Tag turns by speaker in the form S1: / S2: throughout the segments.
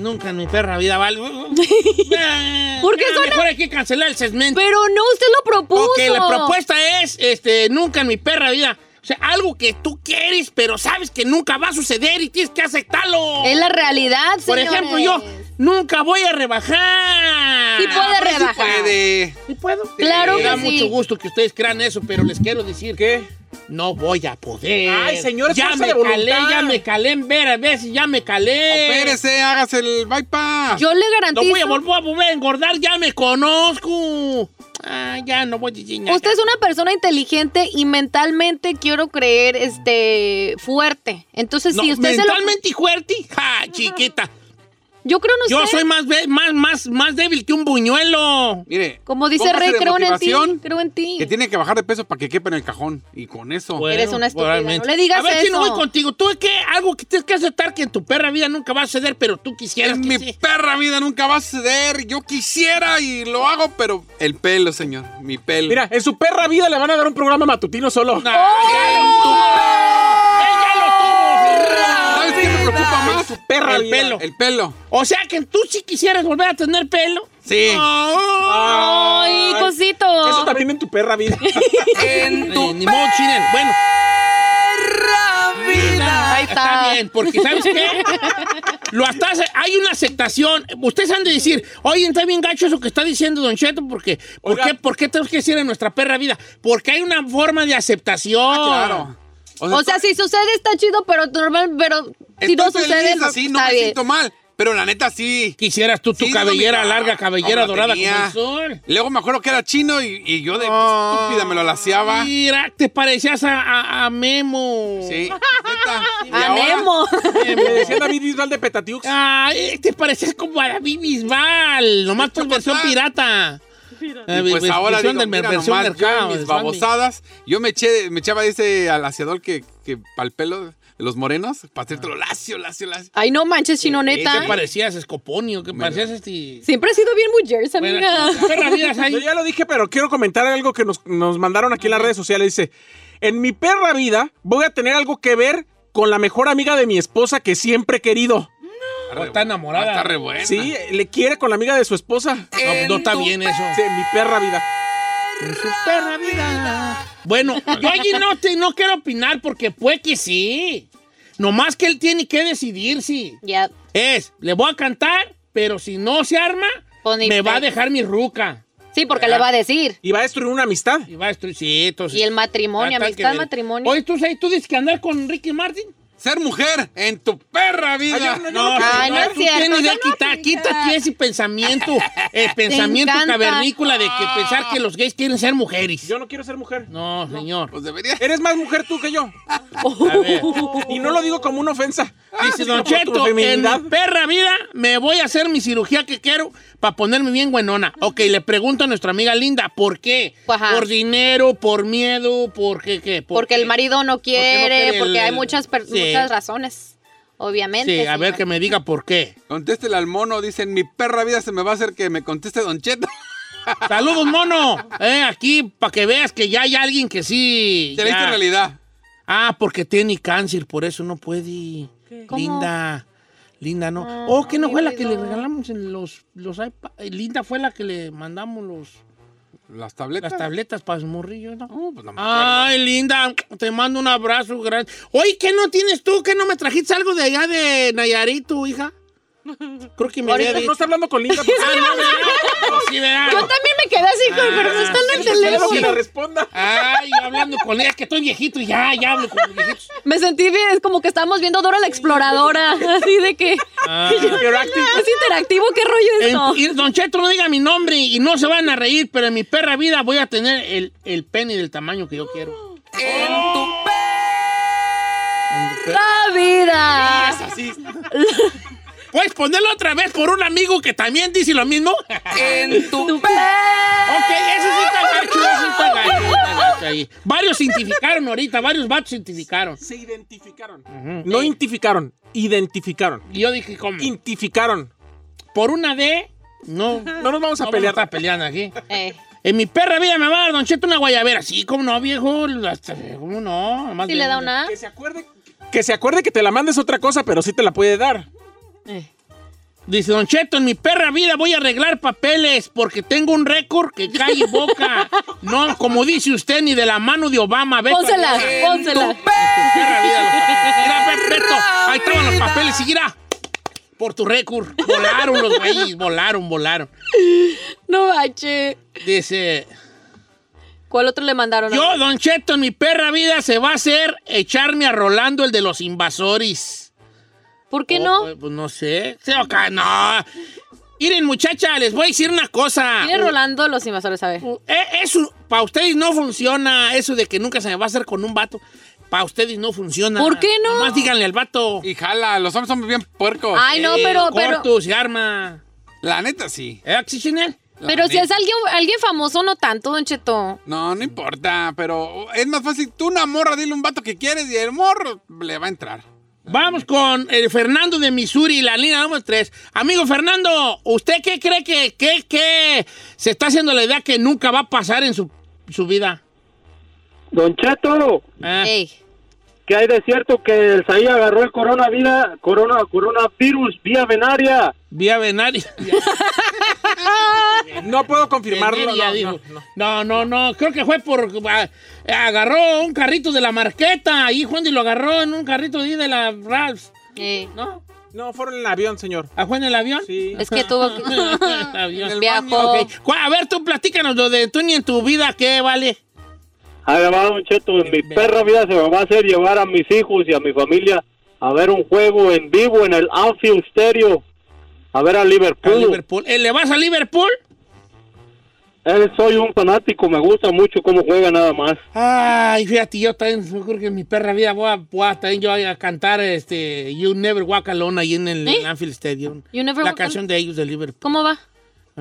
S1: nunca en mi perra vida, ¿vale?
S2: Porque
S1: Porque
S2: suena-
S1: mejor hay que cancelar el segmento.
S2: Pero no, usted lo propuso.
S1: Ok, la propuesta es, este, nunca en mi perra vida. O sea, algo que tú quieres, pero sabes que nunca va a suceder y tienes que aceptarlo.
S2: Es la realidad,
S1: Por
S2: señores.
S1: ejemplo, yo nunca voy a rebajar.
S2: Sí puede
S1: Hombre,
S2: rebajar.
S3: Puede.
S1: Sí puedo.
S2: Claro
S1: Me
S2: que
S1: da
S2: sí.
S1: mucho gusto que ustedes crean eso, pero les quiero decir que
S3: ¿Qué?
S1: no voy a poder.
S3: Ay, señores,
S1: ya
S3: fuerza
S1: me
S3: de voluntad.
S1: calé, ya me calé en ver a veces, ya me calé.
S3: Opérese, hágase el bypass.
S2: Yo le
S1: No
S2: garantizo.
S1: voy a volver a volver a engordar, ya me conozco. Ah, ya no voy a decir nada.
S2: Usted es una persona inteligente y mentalmente quiero creer este fuerte. Entonces,
S1: No,
S2: si usted se lo
S1: mentalmente y fuerte. Ja, chiquita.
S2: Yo creo en usted.
S1: Yo soy más, ve- más, más, más débil que un buñuelo.
S3: Mire.
S2: Como dice
S3: póngase
S2: Rey,
S3: de
S2: creo en ti,
S3: motivación
S2: creo en ti.
S3: Que tiene que bajar de peso para que quepa en el cajón. Y con eso.
S1: Bueno,
S2: Eres una estúpida,
S1: probablemente.
S2: no le digas
S1: A ver, si no voy
S2: eso.
S1: contigo. Tú es que algo que tienes que aceptar que en tu perra vida nunca va a suceder, pero tú quisieras
S3: En
S1: que
S3: mi
S1: sí.
S3: perra vida nunca va a ceder. Yo quisiera y lo hago, pero el pelo, señor. Mi pelo.
S4: Mira, en su perra vida le van a dar un programa matutino solo.
S2: ¡Oh!
S1: No, ya lo tuvo. Él ya lo
S3: ¿Sabes qué me preocupa más?
S4: Su perra
S1: El
S4: vida.
S1: pelo.
S3: El pelo.
S1: tuvo. O sea que tú sí quisieras volver a tener pelo.
S3: Sí.
S1: No.
S2: Ay, cosito.
S4: Eso también en tu perra vida.
S1: Eh, ni modo, chinen. Bueno. Mira,
S2: Ahí
S1: está.
S2: está.
S1: bien, porque ¿sabes qué? Lo hasta hace- hay una aceptación. Ustedes han de decir, oye, está bien gacho eso que está diciendo Don Cheto, porque ¿por
S4: Oiga.
S1: qué, por qué tenemos que decir en nuestra perra vida? Porque hay una forma de aceptación.
S3: Ah, Claro.
S1: Oh.
S2: O sea, si sucede está chido, pero normal, pero si no
S3: estoy
S2: sucede
S3: feliz
S2: no,
S3: así, no
S2: está
S3: me
S2: bien.
S3: siento mal. Pero la neta sí.
S1: Quisieras tú tu
S3: Sí,
S1: cabellera
S3: no, mira,
S1: larga, cabellera
S3: no la
S1: dorada
S3: tenía.
S1: como el sol. Oh.
S3: Luego me acuerdo que era chino y, y yo de estúpida me lo laseaba. Sí.
S1: Mira, te parecías a, a- a Memo.
S3: neta. Y
S2: A
S3: ahora-
S2: Nemo.
S4: Le decía David Bisbal de Petatiux.
S1: Ay, te parecías como a David Bisbal, nomás por versión
S3: papá.
S1: pirata.
S3: Y
S1: Eh,
S3: pues
S1: versión
S3: ahora digo,
S1: del-
S3: mira
S1: versión
S3: nomás, yo
S1: mercado,
S3: en mis
S1: versión mi-
S3: babosadas, yo me, eché, me echaba ese alaciador que, que para el pelo de los morenos, para hacértelo
S1: Ah.
S3: lacio, lacio,
S1: Oh,
S3: lacio.
S2: Ay, no manches, chino,
S1: ¿Qué
S2: neta.
S1: parecías, Escoponio? ¿Qué parecías este...?
S2: Siempre he sido bien mujeres,
S1: Bueno,
S2: amiga.
S1: perra vidas ahí.
S4: Yo ya lo dije, pero quiero comentar algo que nos, nos mandaron aquí en las redes sociales. Dice, en mi perra vida voy a tener algo que ver con la mejor amiga de mi esposa que siempre he querido.
S3: Está
S1: No
S3: re-
S1: está enamorada.
S3: Está re buena.
S4: Sí, le quiere con la amiga de su esposa.
S1: No, no está bien eso.
S4: Sí, mi perra vida.
S1: Perra vida. Bueno, yo allí no, te, no quiero opinar porque puede que sí. Nomás que él tiene que decidir si
S2: Ya.
S1: es, le voy a cantar, pero si no se arma,
S2: Pues ni
S1: me va a
S2: pe-
S1: dejar mi ruca.
S2: Sí, porque le va a decir.
S4: Y va a destruir una amistad.
S1: Y va a destruir- sí, entonces-
S2: Y el matrimonio,
S1: Ah, tal que
S2: amistad,
S1: ver.
S2: matrimonio.
S1: Oye, ¿tú, sabes- tú dices que andar con Ricky Martin.
S3: Ser mujer en tu perra vida.
S4: Ay, yo
S1: No, Ah,
S2: Ay, no es
S1: tú
S2: cierto,
S1: tienes
S2: eso
S1: ya
S2: no
S1: quitar,
S2: aplica.
S1: quítate ese pensamiento, el pensamiento
S2: encanta.
S1: cavernícola de que pensar que los gays quieren ser mujeres.
S4: Yo no quiero ser mujer.
S1: No, señor.
S3: Pues debería.
S4: Eres más mujer tú que yo.
S1: A ver.
S4: Y no lo digo como una ofensa.
S1: Dice Don
S4: Por tu
S1: Cheto, en
S4: feminidad.
S1: mi perra vida me voy a hacer mi cirugía que quiero para ponerme bien buenona. Ok, le pregunto a nuestra amiga Linda, ¿por qué?
S2: Ajá.
S1: ¿Por dinero? ¿Por miedo? ¿Por qué qué? ¿Por
S2: Porque
S1: qué?
S2: el marido no quiere,
S1: quiere
S2: porque,
S1: el-
S2: hay muchas, per-
S1: Sí.
S2: muchas razones, obviamente.
S1: Sí, a ver
S2: señor.
S1: que me diga por qué.
S3: Contéstele al mono, dicen, mi perra vida se me va a hacer que me conteste Don Cheto.
S1: ¡Saludos, mono! Eh, aquí, para que veas que ya hay alguien que sí.
S3: Te la diste
S1: ya.
S3: realidad.
S1: Ah, porque tiene cáncer, por eso no puede.
S2: ¿Cómo?
S1: Linda. Linda, no.
S2: Ah,
S1: oh, que no
S2: mi
S1: fue la que le
S2: oído.
S1: regalamos en los, los iPad. Eh, Linda fue la que le mandamos los,
S3: Las tabletas.
S1: las tabletas Ah, para su morrillo, ¿no?
S3: No, pues no me acuerdo.
S1: Ay, Linda, te mando un abrazo grande. Oye, ¿qué no tienes tú? ¿Qué no me trajiste algo de allá de Nayarit, tu hija? Creo que me había
S4: Ahorita no
S1: dicho.
S4: está hablando con Linda. Pues,
S1: Ah, no, ¿verdad? Sí, ¿verdad?
S2: Yo también me quedé así,
S1: Ah,
S2: pero no está en
S1: sí,
S2: el
S1: pues, sí,
S4: quiero que
S2: teléfono.
S4: la responda.
S1: Ay, yo hablando con ella, es que estoy viejito y ya, ya hablo con los viejitos.
S2: Me sentí bien, es como que estábamos viendo Dora la Exploradora,
S1: pues,
S2: así de que...
S1: Ah.
S4: Interactive.
S2: Es interactivo, ¿qué rollo
S1: En-
S2: esto?
S1: y don Cheto no diga mi nombre y no se van a reír, pero en mi perra vida voy a tener el, el pene del tamaño que yo quiero.
S2: ¡La vida!
S3: Así.
S1: ¿Puedes ponerlo otra vez por un amigo que también dice lo mismo? ok, ese sí está gacho, ese sí está gacho, está gacho ahí. Varios identificaron ahorita, varios vatos identificaron.
S4: Se identificaron. No identificaron, identificaron.
S1: Y yo dije, ¿cómo?
S4: Identificaron.
S1: Por una D, no, no
S4: No nos vamos a
S1: vamos a
S4: pelear.
S1: estar peleando aquí.
S2: Eh,
S1: En mi perra vida me va a dar Don Cheto una guayabera. Sí, ¿cómo no, viejo? Hasta- ¿Cómo no? Nomás
S2: ¿Sí le da
S1: de-
S2: una?
S4: Que se acuerde. Que se acuerde que te la mandes otra cosa, pero sí te la puede dar.
S2: Eh.
S1: Dice Don Cheto, en mi perra vida voy a arreglar papeles porque tengo un récord que cae boca. No, como dice usted, ni de la mano de Obama. Vete a-
S2: Pónsela,
S1: En
S2: pónsela.
S1: tu perra vida los papeles. Mira, ve, Beto, ahí estaban los papeles y mira, por tu récord. Volaron los güeyes, volaron, volaron.
S2: No bache.
S1: Dice,
S2: ¿Cuál otro le mandaron?
S1: yo, Don Cheto, en mi perra vida se va a hacer echarme a Rolando, el de los invasores.
S2: ¿Por qué
S1: Oh,
S2: no?
S1: Pues, pues, no sé. Se acá, no. Miren, muchacha, les voy a decir una cosa.
S2: Viene Rolando los invasores, a ver.
S1: Eh, Eso, para ustedes no funciona eso de que nunca se me va a hacer con un vato. Para ustedes no funciona.
S2: ¿Por qué no?
S1: Nomás díganle al vato.
S3: Y jala, los hombres son bien puercos.
S2: Ay, no,
S1: Eh,
S2: pero, pero,
S1: Cortos y arma.
S3: La neta, sí.
S1: ¿Eh, sí, Chinel?
S3: La
S2: pero si
S3: neta.
S2: es alguien, alguien famoso, no tanto, Don Cheto.
S3: No, no importa, pero es más fácil. Tú una morra, dile un vato que quieres y el morro le va a entrar.
S1: Vamos con eh, Fernando de Missouri, la línea número 3. Amigo Fernando, ¿usted qué cree que, que, que se está haciendo la idea que nunca va a pasar en su, su vida?
S5: Don Cheto,
S1: Eh.
S2: Ey.
S5: que hay de cierto que el Saí agarró el coronavirus, corona, coronavirus vía venaria.
S1: Vía Venaria.
S4: No puedo confirmarlo.
S1: Veneria,
S4: no,
S1: dijo.
S4: no, no.
S1: No, no, no, creo que fue por... a- agarró un carrito de la marqueta, ahí Juan y lo agarró en un carrito ahí de la Ralph,
S2: Ey.
S1: ¿no?
S4: No, fueron en el avión, señor.
S1: ¿A Juan en el avión?
S4: Sí.
S2: Es que tuvo que...
S1: El avión.
S2: Viajó.
S1: Ok. Juan, A ver, tú platícanos lo de tú ni en tu vida, ¿qué vale?
S5: Ahí va, Don Cheto, en mi perra vida se me va a hacer llevar a mis hijos y a mi familia a ver un juego en vivo en el Anfield Stereo. A ver a
S1: A
S5: Liverpool.
S1: Liverpool. Eh, ¿Le vas a Liverpool?
S5: Él Eh, soy un fanático, me gusta mucho cómo juega nada más.
S1: Ay, fíjate, yo también, yo creo que en mi perra vida voy a, voy a- también yo voy a cantar este You Never Walk Alone ahí en el
S2: ¿Eh?
S1: Anfield Stadium.
S2: You Never
S1: la
S2: Walk
S1: canción de ellos de Liverpool.
S2: ¿Cómo va?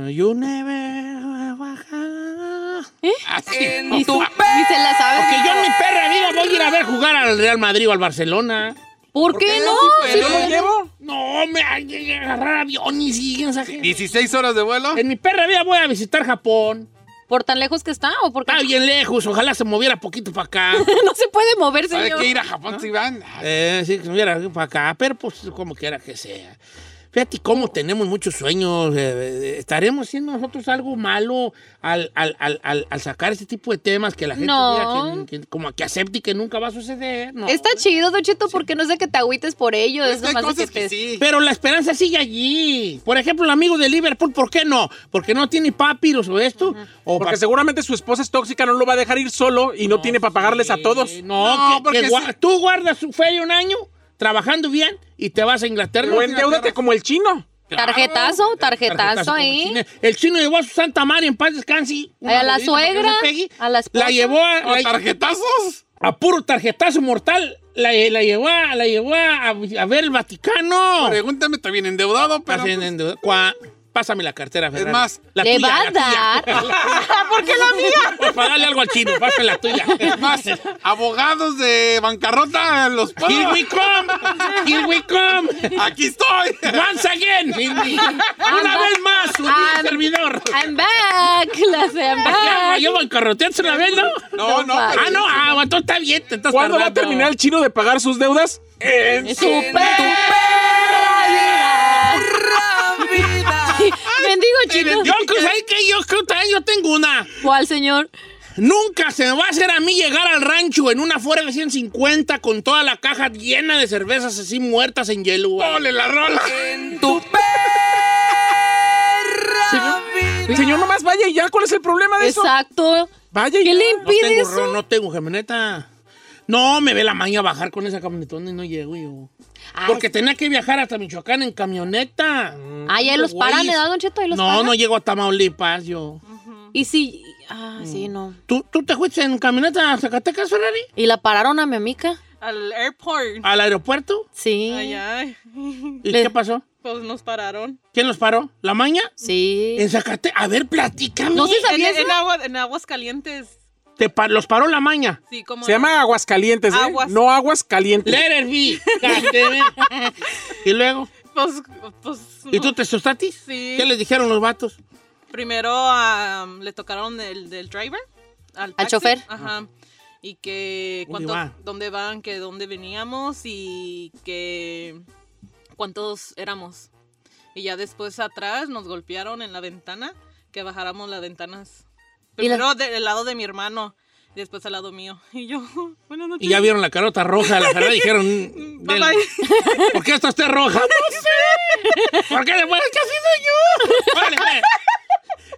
S1: You never walk alone.
S2: ¿Eh?
S1: Así.
S2: Ni, su- ni se la sabe.
S1: Porque yo en mi perra vida voy a ir a ver jugar al Real Madrid o al Barcelona.
S2: ¿Por qué no?
S3: sí,
S2: Sí,
S3: pero-
S4: ¿Yo lo llevo?
S1: No, me hay que agarrar avión y siguen gente.
S3: 16 horas de vuelo.
S1: En mi perra vida voy a visitar Japón.
S2: ¿Por tan lejos que está o porque
S1: Está bien lejos, ojalá se moviera poquito para acá.
S2: no se puede mover,
S3: ¿Sabe
S2: señor?
S3: qué ir a Japón si van?
S1: Eh, sí, que se moviera para acá, pero pues como quiera que sea. Fíjate cómo tenemos muchos sueños. eh, eh, ¿Estaremos haciendo nosotros algo malo al, al- al- al- al sacar este tipo de temas que la gente
S2: No.
S1: diga que, que- como que acepte y que nunca va a suceder? No.
S2: Está chido, Don Cheto, porque no sé que te agüites por ello.
S3: Pero
S2: Es
S3: es que hay
S2: nomás de que
S3: cosas que
S2: te...
S3: sí.
S1: Pero la esperanza sigue allí. Por ejemplo, el amigo de Liverpool, ¿por qué no? Porque no tiene papiros o esto. o
S4: Porque
S1: pa-
S4: seguramente su esposa es tóxica, no lo va a dejar ir solo y no, tiene para pagarles a todos.
S1: Eh, No,
S3: No,
S1: que- que
S3: porque
S1: gua-
S3: sí.
S1: tú guardas su feria un año trabajando bien y te vas a Inglaterra.
S4: O endeúdate como el chino.
S2: Tarjetazo, tarjetazo,
S1: como
S2: ahí.
S1: chino. El chino llevó a su Santa María en paz descanse. una
S2: Ay, a la
S1: bolita para que no
S2: suegra,
S1: se pegue.
S2: a la esposa.
S1: La llevó a,
S3: ¿O
S1: la-
S3: tarjetazos?
S1: a puro tarjetazo mortal. La, la llevó, a, la llevó a, a ver el Vaticano.
S3: Pregúntame, estoy bien endeudado, pero. pues,
S1: Así, en- en- cua- Pásame la cartera, Ferrari.
S3: más,
S1: La
S2: Le
S1: tuya,
S2: va a
S1: la tuya.
S2: dar. ¿Por qué la mía?
S1: Por pagarle algo al chino, pásame la tuya.
S3: pues, más, abogados de bancarrota los puedo.
S1: Here we come, here we come.
S3: Aquí estoy.
S1: Once again. Una vez más, un
S2: I'm-
S1: servidor.
S2: I'm back, clase, I'm
S1: Ya,
S2: back.
S1: yo bancarrotearse una vez, ¿no?
S3: No, no,
S1: Ah, no, ah, tú está bien, te estás
S4: ¿Cuándo va a
S1: tardando.
S4: terminar el chino de pagar sus deudas? En
S2: Su Bendigo, chino.
S1: Yo, pues, ¿sabes qué? Yo, creo que yo tengo una.
S2: ¿Cuál, señor?
S1: Nunca se me va a hacer a mí llegar al rancho en una Ford F-150 con toda la caja llena de cervezas así muertas en hielo. güey.
S3: ¡Ole la rola!
S4: El señor nomás vaya y ya, ¿cuál es el problema de eso?
S2: Exacto.
S4: Vaya y
S2: ¿Qué le
S1: No
S2: impide
S1: tengo,
S2: eso?
S1: ro- no tengo camioneta. No, me ve la maña bajar con esa camionetona y no llego yo.
S4: Ah,
S2: Ay.
S1: Porque tenía que viajar hasta Michoacán en camioneta.
S4: Mm.
S2: Ahí ahí los paran,
S1: Güeyes.
S2: ¿eh, Don Cheto? Ahí los
S1: No,
S2: paran.
S1: no llego a Tamaulipas yo.
S2: Y si... Ah, sí,
S1: Mm.
S2: no.
S1: ¿Tú, tú te fuiste en camioneta a Zacatecas, Ferrari?
S2: ¿Y la pararon a mi amiga?
S6: al airport.
S1: ¿Al aeropuerto?
S2: Sí.
S1: Ah,
S6: Ay, ay.
S1: ¿Y
S2: Le-
S1: qué pasó?
S6: Pues nos pararon.
S1: ¿Quién los paró? ¿La maña?
S2: Sí.
S1: En Zacatecas. A ver, platícame.
S2: No sé si-
S6: En,
S2: ¿Sabías,
S6: en
S2: no?
S6: agua, en aguas calientes.
S1: Te pa- los paró la maña.
S6: Sí, como.
S4: Se llama Aguascalientes, ¿eh?
S6: Aguas.
S4: No Aguascalientes.
S1: Let it be. God damn it. y luego,
S6: Pues, pues,
S1: ¿y tú te asustaste?
S6: Sí.
S1: ¿Qué les dijeron los vatos?
S6: Primero am, le tocaron el del driver. Al, taxi,
S2: chofer?
S6: Ajá. Y que
S1: ¿Dónde
S6: cuánto,
S1: va?
S6: dónde van, que dónde veníamos y que cuántos éramos. Y ya después atrás nos golpearon en la ventana, que bajáramos las ventanas.
S2: ¿Y la-
S6: Primero de- del lado de mi hermano, y después al lado mío. Y yo, buenas noches.
S1: Y ya vieron la carota roja, la verdad dijeron, mm,
S6: Bye,
S1: del- ¿por qué está usted roja? No sé. ¿Por qué le pones que así soy yo? Vale, pues.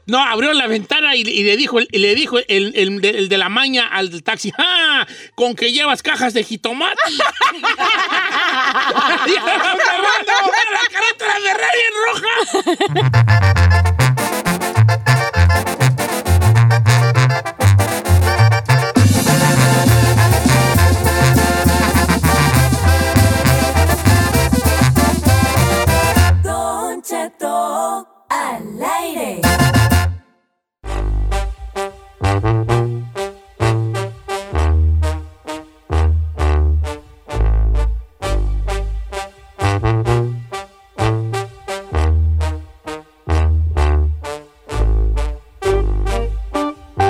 S1: No, abrió la ventana y, y le dijo, el- y le dijo el, el de, el de la maña al del taxi, ¡ah! Con que llevas cajas de jitomate. y la la carota la agarré bien roja.
S7: Don Cheto al aire.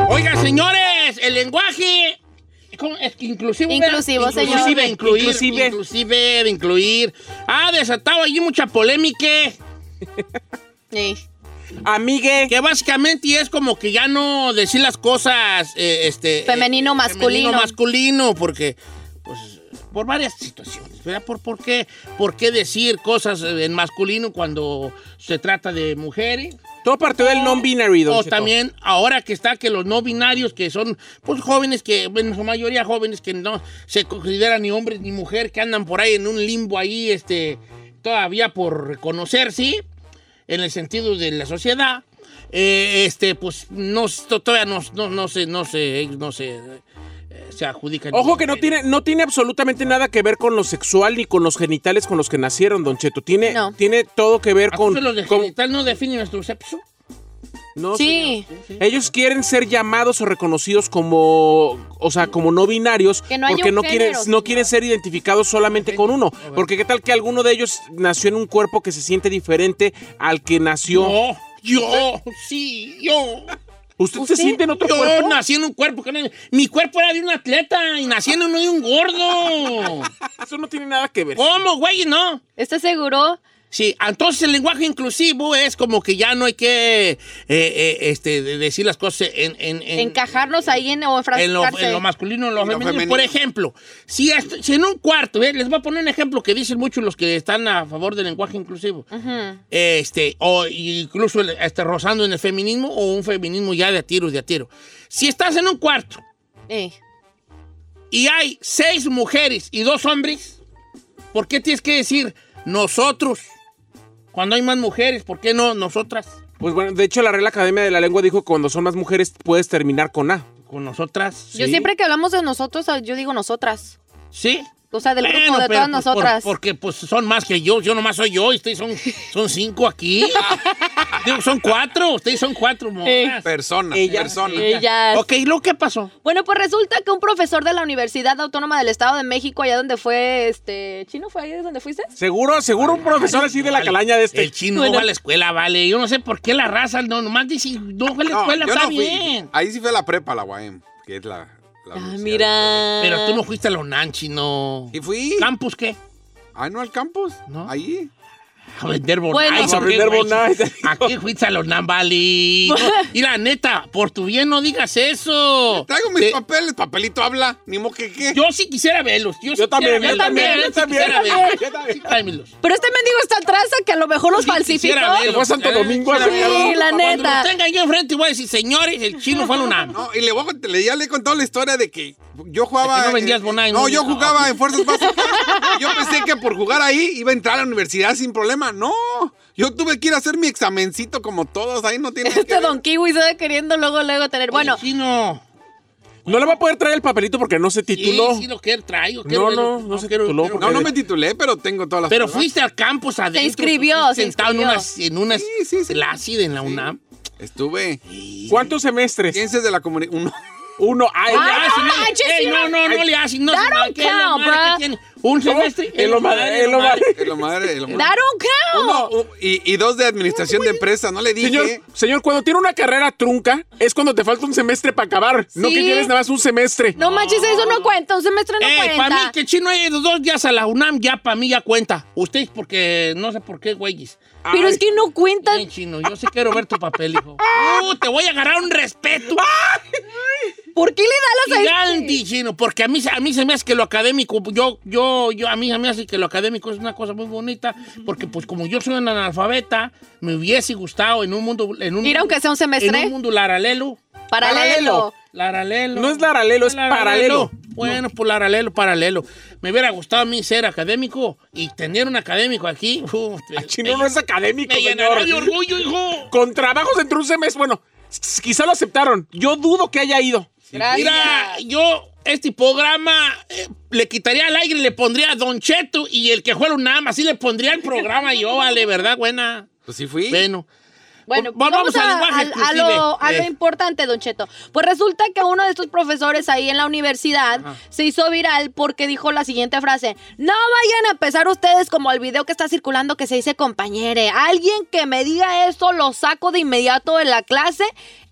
S1: Oiga, señores, el lenguaje ¿cómo? es que inclusivo. ¿verdad?
S2: Inclusivo, señor.
S1: Inclusive, incluir, inclusive.
S4: Inclusive.
S1: de incluir. Ah, desatado allí mucha polémica.
S2: Sí.
S4: Amigue.
S1: Que básicamente es como que ya no decir las cosas. eh, este,
S2: Femenino,
S1: eh,
S2: masculino.
S1: Femenino, masculino, porque. Pues, por varias situaciones, ¿verdad? ¿Por, por, qué, ¿Por qué decir cosas eh, en masculino cuando se trata de mujeres?
S4: Todo partió
S2: Oh.
S4: del non-binary, don
S1: O
S4: Cheto.
S1: también ahora que está que los no binarios, que son pues jóvenes que, en su mayoría jóvenes que no se consideran ni hombres ni mujer, que andan por ahí en un limbo ahí, este, todavía por reconocer, ¿sí? En el sentido de la sociedad. Eh, este, pues no, todavía no, no, no se, no se, no se, eh, se adjudican.
S4: Ojo que no tiene, no tiene absolutamente nada que ver con lo sexual ni con los genitales con los que nacieron, don Cheto. Tiene,
S2: No.
S4: tiene todo que ver con...
S1: Con, los de
S4: con-
S1: genital no define nuestro sexo.
S4: no, señor.
S2: Sí.
S4: Ellos quieren ser llamados o reconocidos como, o sea, como no binarios,
S2: Que no haya
S4: porque
S2: un
S4: no quieren,
S2: género, señor.
S4: no quieren ser identificados solamente con uno. Porque qué tal que alguno de ellos nació en un cuerpo que se siente diferente al que nació.
S1: Yo, yo, sí, yo.
S4: ¿Usted,
S2: ¿Usted?
S4: se siente en otro
S1: Yo
S4: cuerpo?
S1: nací en un cuerpo que no- Mi cuerpo era de un atleta y nací en uno de un gordo.
S4: Eso no tiene nada que ver.
S1: ¿Cómo, güey? No.
S2: ¿Estás seguro?
S1: Sí, entonces el lenguaje inclusivo es como que ya no hay que eh, eh, este, de- decir las cosas en, en, en-
S2: Encajarnos ahí en, o
S1: en lo,
S2: enfrascarse.
S1: en lo masculino, en lo,
S3: En lo
S1: femenino.
S3: femenino.
S1: Por ejemplo, si, est- si en un cuarto, eh, les voy a poner un ejemplo que dicen muchos los que están a favor del lenguaje inclusivo, este, o incluso el- este, rozando en el feminismo o un feminismo ya de a tiro, de a tiro. Si estás en un cuarto
S2: Eh,
S1: y hay seis mujeres y dos hombres, ¿por qué tienes que decir nosotros? Cuando hay más mujeres, ¿por qué no nosotras?
S4: Pues bueno, de hecho la Real Academia de la Lengua dijo que cuando son más mujeres puedes terminar con A.
S1: Con nosotras.
S2: Yo
S4: Sí.
S2: siempre que hablamos de nosotros, ah, yo digo nosotras.
S1: ¿Sí?
S2: O sea, del
S1: Bueno,
S2: grupo de
S1: pero
S2: todas
S1: pues por-
S2: nosotras.
S1: porque pues son más que yo. Yo nomás soy yo. y Ustedes son, son cinco aquí. Digo, son cuatro. Ustedes son cuatro morras.
S3: Personas,
S4: Ella-
S3: personas.
S2: Ellas.
S1: Ok, ¿y luego qué pasó?
S2: Bueno, pues resulta que un profesor de la Universidad Autónoma del Estado de México, allá donde fue este. ¿Chino fue ahí donde fuiste?
S4: Seguro, seguro un profesor así de la
S1: Vale,
S4: calaña de este.
S1: El chino no va a la escuela, vale. Yo no sé por qué la raza no, nomás dice, no fue a la
S3: No,
S1: escuela,
S3: yo
S1: está
S3: no fui.
S1: bien.
S3: Ahí sí fue la prepa, la UAM, que es la. la
S2: Ah,
S3: universidad.
S2: mira.
S1: Pero tú no fuiste a la UNAM, chino.
S3: Y fui.
S1: ¿Campus qué?
S3: Ah, no, al campus.
S1: No.
S3: Ahí.
S1: A vender bonais.
S2: Bueno.
S1: ¿o
S4: A
S1: qué,
S4: vender
S1: güey?
S4: bonais.
S1: Aquí fuiste a los Nambali. No, y la neta, por tu bien no digas eso.
S3: Traigo mis
S1: Te-
S3: papeles, papelito habla, ni mo que qué.
S1: Yo sí quisiera verlos. Yo, sí
S4: Yo también,
S1: quisiera
S4: yo
S1: verlos,
S4: también,
S1: sí
S4: yo también.
S1: quisiera verlos.
S4: Yo también.
S1: Sí, tráemelos.
S2: Pero este mendigo está atrás a que a lo mejor los
S1: Sí
S2: falsificó.
S1: quisiera verlos,
S4: Se fue a Santo
S1: eh,
S4: Domingo a
S1: quisiera
S4: sacar-
S1: verlos.
S2: Sí, la
S1: Cuando
S2: neta.
S1: los tengan yo enfrente voy a decir, señores, el chino fue a la UNAM.
S3: No, y le voy a cont- le- ya le he contado la historia de que yo jugaba.
S1: De que no vendías
S3: eh,
S1: Bonai,
S3: No,
S1: no,
S3: yo
S1: no.
S3: jugaba en fuerzas básicas. yo pensé que por jugar ahí iba a entrar a la universidad sin problema. No, yo tuve que ir a hacer mi examencito como todos. Ahí no tiene. que
S2: Este
S3: ver.
S2: Don Kiwi se va queriendo luego, luego tener. Bueno,
S1: El chino.
S4: No le va a poder traer el papelito porque no se tituló.
S1: Sí, sí lo quiero traigo. quiero
S4: No,
S1: verlo.
S4: no, no se tituló porque-
S3: No, no me titulé, pero tengo todas las.
S1: Pero
S3: pruebas.
S1: fuiste al campus adentro.
S2: inscribió,
S1: fuiste
S2: se
S1: Sentado en una,
S2: inscribió.
S1: en una
S3: Sí, sí, sí.
S1: clase en la UNAM.
S3: Estuve.
S4: ¿Cuántos semestres?
S3: Ciencias de la comunicación.
S4: Uno. Ay,
S1: le
S2: Ay,
S4: ya.
S1: hacen,
S2: no
S1: eh.
S2: manches,
S1: Eh,
S2: sí,
S1: no, no, no le hacen, no se
S2: That don't
S1: manquen, la
S2: count,
S1: madre que
S2: bruh.
S1: tiene. Un semestre.
S4: Es lo madre, es lo madre.
S3: lo madre. eh, lo madre.
S2: that don't
S3: Uno, u- y, y dos de administración de empresa, no le dije.
S4: Señor, señor, cuando tiene una carrera trunca, es cuando te falta un semestre para acabar. No
S2: Sí.
S4: que lleves nada más un semestre.
S2: No manches, eso no cuenta. Un semestre no
S1: Eh,
S2: cuenta.
S1: para mí que chino ha ido dos días a la UNAM, ya para mí ya cuenta. Ustedes porque no sé por qué, güeyes.
S2: Pero es que no cuenta.
S1: Bien, chino, yo sí quiero ver tu papel, hijo. Uh, te voy a agarrar un respeto
S2: ¿Por Ah, qué le da las a este?
S1: gigante, chino, porque a mí, a mí se me hace que lo académico, yo, yo, yo, a mí se me hace que lo académico es una cosa muy bonita, porque pues como yo soy un analfabeta, me hubiese gustado en un mundo, en un
S2: Ir aunque sea un semestre.
S1: en un mundo laralelo.
S2: Paralelo.
S1: Laralelo.
S4: No es laralelo, es paralelo.
S1: Bueno, pues laralelo, paralelo. Me hubiera gustado a mí ser académico y tener un académico aquí. uf,
S4: Ah, Chino no es académico,
S1: me llenará de
S4: señor.
S1: orgullo, hijo.
S4: Con trabajos entre un semestre. Bueno, s- quizá lo aceptaron. Yo dudo que haya ido.
S2: Gracias.
S1: Mira, yo este programa eh, le quitaría al aire y le pondría a Don Cheto y el que juega nada más, así le pondría el programa yo, vale, ¿verdad? Buena.
S3: Pues sí fui.
S1: Bueno.
S2: Bueno,
S1: Va- vamos al lenguaje
S2: a, a lo, a
S1: inclusive.
S2: lo
S1: Eh.
S2: importante, Don Cheto. Pues resulta que uno de estos profesores ahí en la universidad se hizo viral porque dijo la siguiente frase: No vayan a empezar ustedes como el video que está circulando que se dice compañere. Alguien que me diga eso lo saco de inmediato de la clase.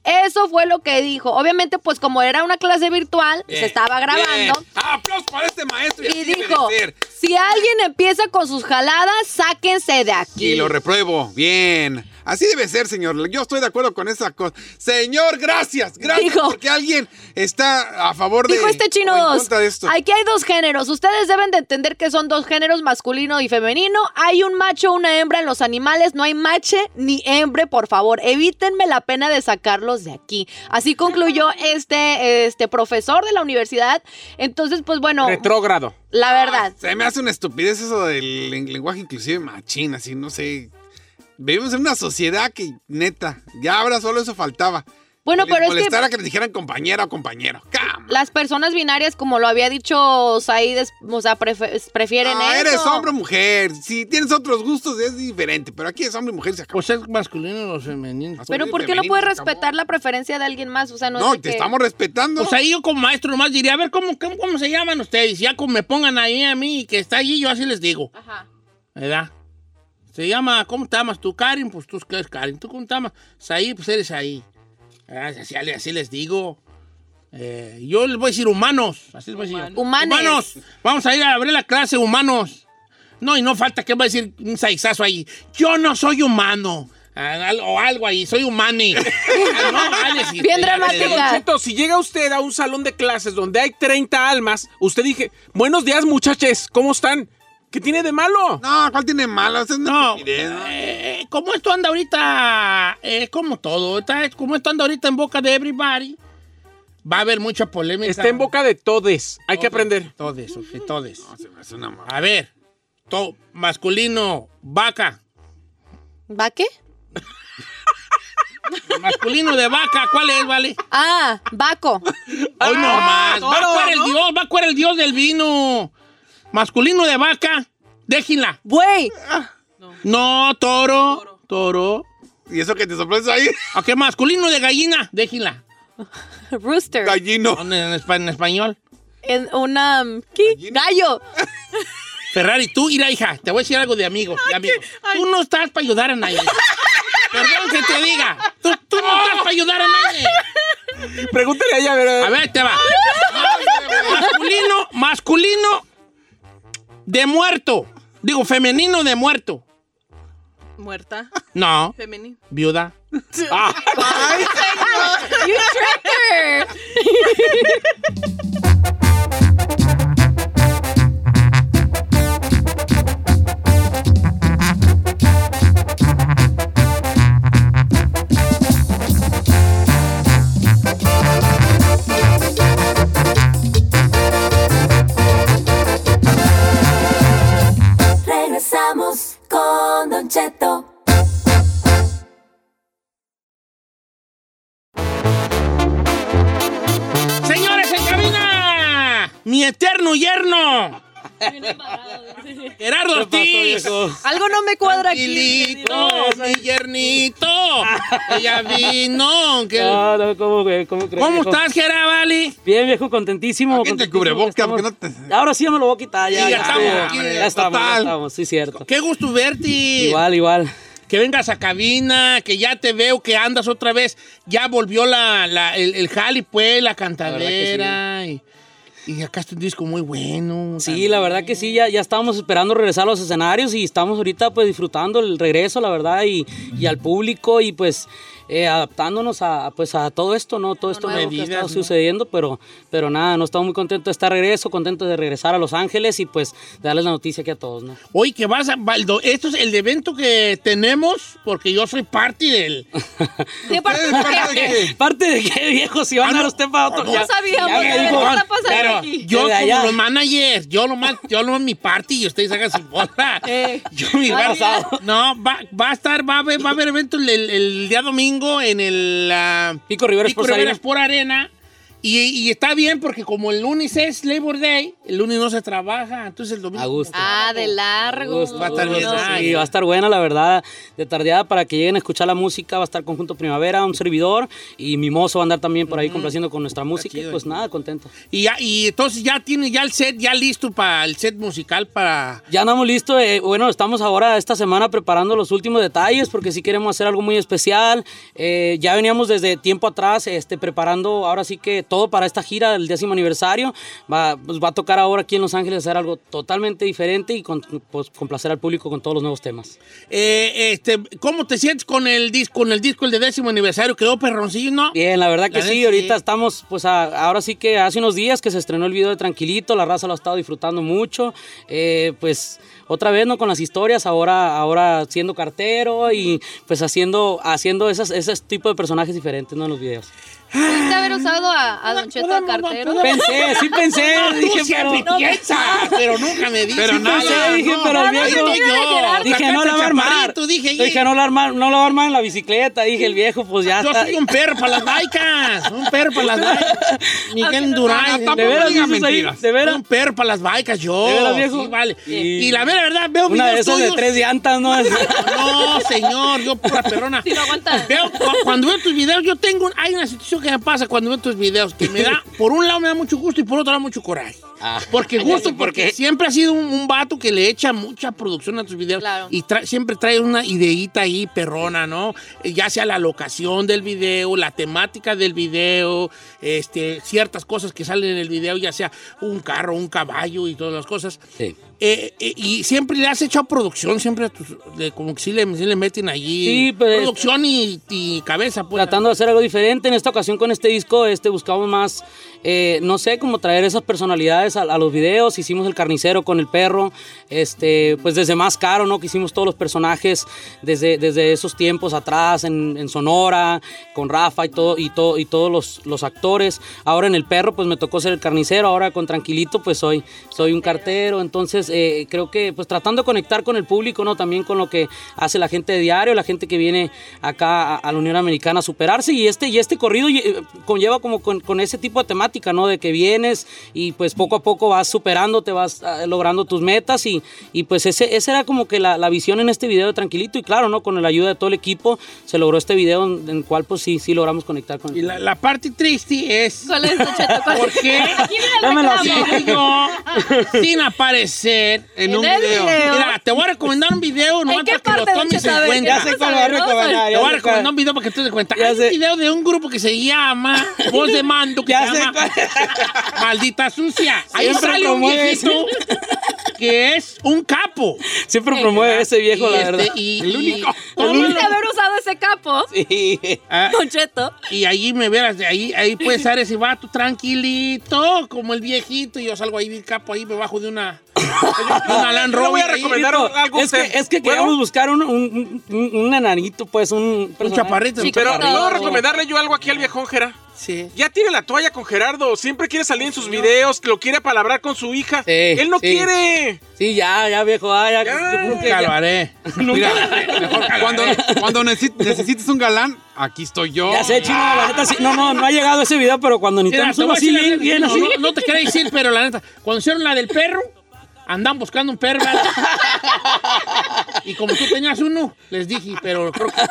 S2: Eso fue lo que dijo. Obviamente, pues como era una clase virtual, se estaba grabando.
S3: Bien. Aplausos para este maestro.
S2: Y dijo, si alguien empieza con sus jaladas, sáquense de aquí.
S3: Y lo repruebo. Bien. Así debe ser, señor. Yo estoy de acuerdo con esa cosa. Señor, gracias. Gracias.
S2: Dijo-
S3: porque alguien está a favor de.
S2: Dijo este chino
S3: o en
S2: dos.
S3: contra de esto.
S2: Aquí hay dos géneros. Ustedes deben de entender que son dos géneros, masculino y femenino. Hay un macho, una hembra en los animales. No hay mache ni hembre, por favor. Evítenme la pena de sacarlos de aquí. Así concluyó este, este profesor de la universidad. Entonces, pues bueno,
S4: Retrógrado.
S2: la verdad.
S3: Se me hace una estupidez eso del len- lenguaje inclusive machín, así, no sé. Vivimos en una sociedad que, neta, ya ahora solo eso faltaba.
S2: Bueno,
S3: Les
S2: pero es que
S3: molestara que les dijeran compañera o compañero. ¡Cama!
S2: las personas binarias, como lo había dicho Said, es- o sea, prefe- prefieren
S3: Ah,
S2: eso.
S3: eres hombre o mujer. Si tienes otros gustos es diferente, pero aquí es hombre y mujer se acabó.
S1: Pues es masculino o femenino.
S2: Pero ¿por qué no puedes respetar la preferencia de alguien más? O sea, no, es
S3: No,
S2: de
S3: te
S2: que-
S3: estamos respetando.
S1: Pues ahí yo como maestro nomás diría, a ver, ¿cómo, cómo, cómo se llaman ustedes? Ya como me pongan ahí a mí que está allí, yo así les digo.
S2: Ajá.
S1: ¿Verdad? Se llama, ¿cómo te llamas tú, Karin? Pues tú qué eres Karin, ¿tú cómo te llamas? Saí, pues eres ahí. Ah, Así, así les digo. Eh, yo les voy a decir humanos. Así les voy a decir. yo.
S2: Humanes.
S1: Humanos. Vamos a ir a abrir la clase, humanos. No, y no falta que va a decir un saizazo ahí. Yo no soy humano. Ah, al- O algo ahí, soy humani. Ah, no, vale, sí,
S2: Bien
S1: sí,
S2: dramática.
S1: vale.
S4: Don Cheto, si llega usted a un salón de clases donde hay 30 almas, usted dije, buenos días muchaches, ¿cómo están? ¿Qué tiene de malo?
S3: No, ¿cuál tiene malo? Eso es una
S1: No,
S3: estupidez, ¿no?
S1: Pues, eh, como esto anda ahorita, es como todo, está- como esto anda ahorita en boca de everybody, va a haber mucha polémica.
S4: Está en boca de todes, hay que aprender.
S1: Todes, ok, todes.
S3: No, se me hace una mamá.
S1: A ver, to- masculino, vaca.
S2: ¿Va qué?
S1: Masculino de vaca, ¿cuál es, vale?
S2: Ah, Baco.
S1: Hoy no
S6: Ah,
S1: más. Vaco
S6: toro,
S1: era el
S6: ¿no?
S1: dios, vaco era el dios del vino. Masculino de vaca, déjenla.
S2: Güey.
S1: No, toro, toro.
S3: Y eso que te sorprendes ahí,
S1: Ok, masculino de gallina, déjenla.
S2: Rooster.
S3: gallino.
S1: En, en espa- en español.
S2: En una. um, ¿Qué? Gallo.
S1: Ferrari, tú, mira, hija, te voy a decir algo de amigos. de amigos. Tú no estás para ayudar a nadie. Perdón que te diga. Tú, tú no estás para ayudar a nadie.
S4: Pregúntale a ella, a ver, a ver.
S1: A ver, te va. masculino, masculino de muerto. Digo, femenino de muerto.
S6: Muerta.
S1: No,
S6: Femenina.
S1: viuda.
S2: You tracker.
S7: Regresamos con Don Cheto.
S1: Señores, en cabina. Mi eterno yerno. Gerardo Ortiz.
S2: Algo no me cuadra aquí.
S1: Tranquilito, mi yernito. Ella vino. que-
S4: Ah.
S8: No, no, ¿cómo, güey? ¿Cómo crees?
S1: ¿Cómo
S8: viejo?
S1: estás, Gerard Vali?
S8: Bien, viejo, contentísimo.
S3: Aquí te
S8: contentísimo
S3: cubrebocas,
S8: que estamos-
S3: porque no
S8: Ahora sí ya me lo voy a quitar. Ya,
S1: Sí, ya estamos
S8: Ya,
S1: aquí,
S8: ya estamos, ya
S1: total.
S8: estamos, sí, cierto.
S1: Qué gusto verte.
S8: Igual, igual.
S1: Que vengas a cabina, que ya te veo, que andas otra vez. Ya volvió la, la- el, el jali, pues, la cantadera. y, y acá está un disco muy bueno.
S8: Sí,
S1: también.
S8: la verdad que sí, ya, ya estábamos esperando regresar a los escenarios y estamos ahorita pues disfrutando el regreso, la verdad, y, y al público y pues eh, adaptándonos a, a, pues, a todo esto, ¿no? Todo esto nuevo que ha
S1: Medidas,
S8: estado
S1: ¿no?
S8: sucediendo, pero, pero nada, no estamos muy contentos de estar de regreso, contentos de regresar a Los Ángeles y pues de darles la noticia aquí a todos, ¿no?
S1: Oye, que vas a. Baldo, esto es el evento que tenemos, porque yo soy parte del.
S2: ¿Qué parte
S3: ¿Ustedes parte de qué?
S8: Parte de qué, viejo, si van
S1: Ah,
S8: a
S1: no.
S8: dar usted para otro.
S1: No
S8: ya-
S2: sabíamos,
S8: ya me
S2: ya
S8: dijo,
S2: verás.
S8: "Ah,
S2: está pasando
S1: Pero
S2: aquí?
S1: Yo
S8: Desde
S1: como
S8: allá.
S1: los managers, yo lo más, yo lo mi party y ustedes hagan su bola.
S2: Eh,
S1: yo mi
S8: ah,
S1: bar-
S8: mira.
S1: No, va, va a estar, va a haber, va a haber evento el, el- el día domingo en el ah,
S8: Pico Rivera
S1: Pico
S8: Sports
S1: Rivera
S8: Arena.
S1: Sport Arena. Y, y está bien porque como el lunes es Labor Day, el lunes no se trabaja, entonces el domingo.
S8: A gusto.
S2: Ah, de largo.
S8: Gusto,
S1: Va a estar bien,
S8: gusto,
S1: ay,
S8: sí, va a estar buena, la verdad, de tardeada para que lleguen a escuchar la música. Va a estar Conjunto Primavera, un servidor y Mimoso va a andar también por ahí complaciendo con nuestra música. y
S1: chido,
S8: pues
S1: chido.
S8: nada, contento.
S1: Y, ya- y entonces ya tiene ya el set, ya listo para el set musical para.
S8: Ya andamos listos. eh, bueno, estamos ahora esta semana preparando los últimos detalles porque sí queremos hacer algo muy especial. Eh, ya veníamos desde tiempo atrás este, preparando ahora sí que todo para esta gira del décimo aniversario. Va, pues, va a tocar ahora aquí en Los Ángeles hacer algo totalmente diferente y con, pues, complacer al público con todos los nuevos temas.
S1: Eh, este, ¿Cómo te sientes con el disco, con el disco el de décimo aniversario? Quedó perroncillo, ¿no?
S8: Bien, la verdad que
S1: La
S8: sí,
S1: neta,
S8: ahorita
S1: sí.
S8: estamos, pues a- ahora sí que hace unos días que se estrenó el video de Tranquilito, la raza lo ha estado disfrutando mucho, eh, pues otra vez no con las historias, ahora, ahora siendo cartero y pues haciendo, haciendo esas, ese tipo de personajes diferentes ¿no? en los videos.
S2: ¿Pudiste haber usado a, a Don Cheto de
S1: Podemos-
S2: cartero?
S1: podemos-
S8: Pensé, sí pensé,
S1: No, tú
S8: dije, pero...
S1: siempre piensas, pero nunca me dices.
S3: Pero nada,
S8: pensé, dije,
S1: no,
S8: pero
S1: no,
S8: el viejo-
S1: no, yo.
S8: Dije, no la va a armar.
S1: Chaparrito, Dije,
S8: Dije, no la, armar, no la va a armar en la bicicleta. Dije, el viejo, pues ya
S1: yo
S8: está.
S1: soy un perro para las vaicas. Un perro para las vaicas. Miguel Durán. eh,
S3: no,
S8: De veras,
S3: diga
S8: dices ahí,
S3: mentiras.
S8: de veras.
S1: Un perro para las vaicas, yo.
S8: ¿De veras, viejo?
S1: Sí, vale.
S8: Y-
S1: Y la mera verdad, veo
S8: Una de
S1: videos
S8: esas de
S1: tuyos.
S8: tres llantas, ¿no?
S1: No, señor, yo pura perrona.
S2: Si no aguanta.
S1: Veo, cu- cuando veo tus videos, yo tengo. un- hay una situación que me pasa cuando veo tus videos que me da, por un lado me da mucho gusto y por otro lado mucho coraje. Porque gusto, porque siempre has sido un, un vato que le echa mucha producción a tus videos.
S2: Claro.
S1: Y tra- siempre trae una ideita ahí perrona, ¿no? Eh, Ya sea la locación del video, la temática del video, este, ciertas cosas que salen en el video, ya sea un carro, un caballo y todas las cosas.
S8: Sí.
S1: Eh, eh, y siempre le has echado producción, siempre a tus- le- como que sí le, sí le meten allí
S8: Sí, pues,
S1: producción y, y cabeza. Pues,
S8: tratando de hacer algo diferente. En esta ocasión con este disco, este buscamos más, eh, no sé, como traer esas personalidades a, a los videos. Hicimos el carnicero con el perro, este, pues desde más caro, ¿no? Que hicimos todos los personajes desde, desde esos tiempos atrás, en, en Sonora, con Rafa y todo, y todo, y todos los, los actores. Ahora en el perro, pues me tocó ser el carnicero, ahora con Tranquilito, pues soy, soy un cartero. Entonces, eh, creo que pues tratando de conectar con el público, ¿no? También con lo que hace la gente de diario, la gente que viene acá a, a la Unión Americana a superarse. Y este, y este corrido eh, conlleva como con, con ese tipo de temática, ¿no? De que vienes y pues poco a poco vas superándote, vas ah, logrando tus metas. Y, y pues ese, esa era como que la, la visión en este video de Tranquilito. Y claro, ¿no? Con la ayuda de todo el equipo se logró este video en, en el cual pues sí, sí logramos conectar con el
S1: Y la, la parte triste es
S2: ¿Cuál es, Don Cheto? ¿Cuál-
S1: ¿Por qué?
S2: Aquí viene
S8: Dámelo
S2: el
S8: así.
S2: reclamo.
S1: que yo, sin aparecer.
S3: En un
S2: En el
S3: video.
S2: video.
S1: Mira, te voy a recomendar un video, no
S2: ¿En qué
S1: para que lo
S2: parte, Don
S1: tomes
S2: Cheto?
S1: en
S2: A ver,
S1: cuenta.
S8: Ya sé cuál va a
S2: Vamos a ver, vamos
S8: recomendar.
S1: Te
S8: ya
S1: voy a
S8: sé
S1: recomendar
S8: cuál.
S1: un video para que tú te des cuenta.
S8: Ya
S1: Hay un
S8: sé.
S1: video de un grupo que se llama Voz de Mando, que
S8: Ya
S1: se
S8: sé
S1: llama
S8: cuál.
S1: Maldita Sucia. Ahí
S8: Siempre
S1: sale un
S8: promueve
S1: viejito que es un capo.
S8: Siempre promueve ese viejo,
S1: Y
S8: la
S1: este,
S8: verdad.
S1: y-
S3: El
S1: y-
S3: único.
S1: tómalo.
S2: Pudiste haber usado ese capo,
S8: Sí.
S1: Ah,
S2: Don Cheto.
S1: y ahí me verás, ahí, ahí puede estar ese vato tranquilito, como el viejito, y yo salgo ahí bien capo, ahí me bajo de una, de una Land
S4: Yo le voy a
S1: Rover ahí.
S4: recomendar algo.
S8: Es que,
S4: usted.
S8: es que
S4: ¿Puedo?
S8: queríamos buscar un, un, un, un enanito, pues, un...
S1: Un
S8: personaje.
S1: chaparrito.
S2: Sí,
S4: Pero
S2: Claro.
S4: puedo recomendarle yo algo aquí al viejón Jera.
S1: Sí.
S4: Ya tiene la toalla con Gerardo. Siempre quiere salir en sus videos, lo quiere palabrar con su hija.
S8: Sí,
S4: Él no
S8: sí.
S4: quiere.
S8: Sí, ya, ya, viejo. ah, ya,
S4: Ya,
S8: yo creo que
S1: Nunca lo
S8: ya.
S1: haré.
S3: Mira, cuando, cuando necesi- necesites un galán, aquí estoy yo.
S8: Ya sé, chino, la neta, sí. No, no, no ha llegado ese video, pero cuando
S1: Mira,
S8: necesitamos
S1: te
S8: uno
S1: voy a
S8: así,
S1: decir la
S8: bien,
S1: neta,
S8: bien
S1: no,
S8: así.
S1: No, no te quería decir, pero la neta, cuando hicieron la del perro, andan buscando un perro. ¿verdad? y como tú tenías uno, les dije, pero creo que...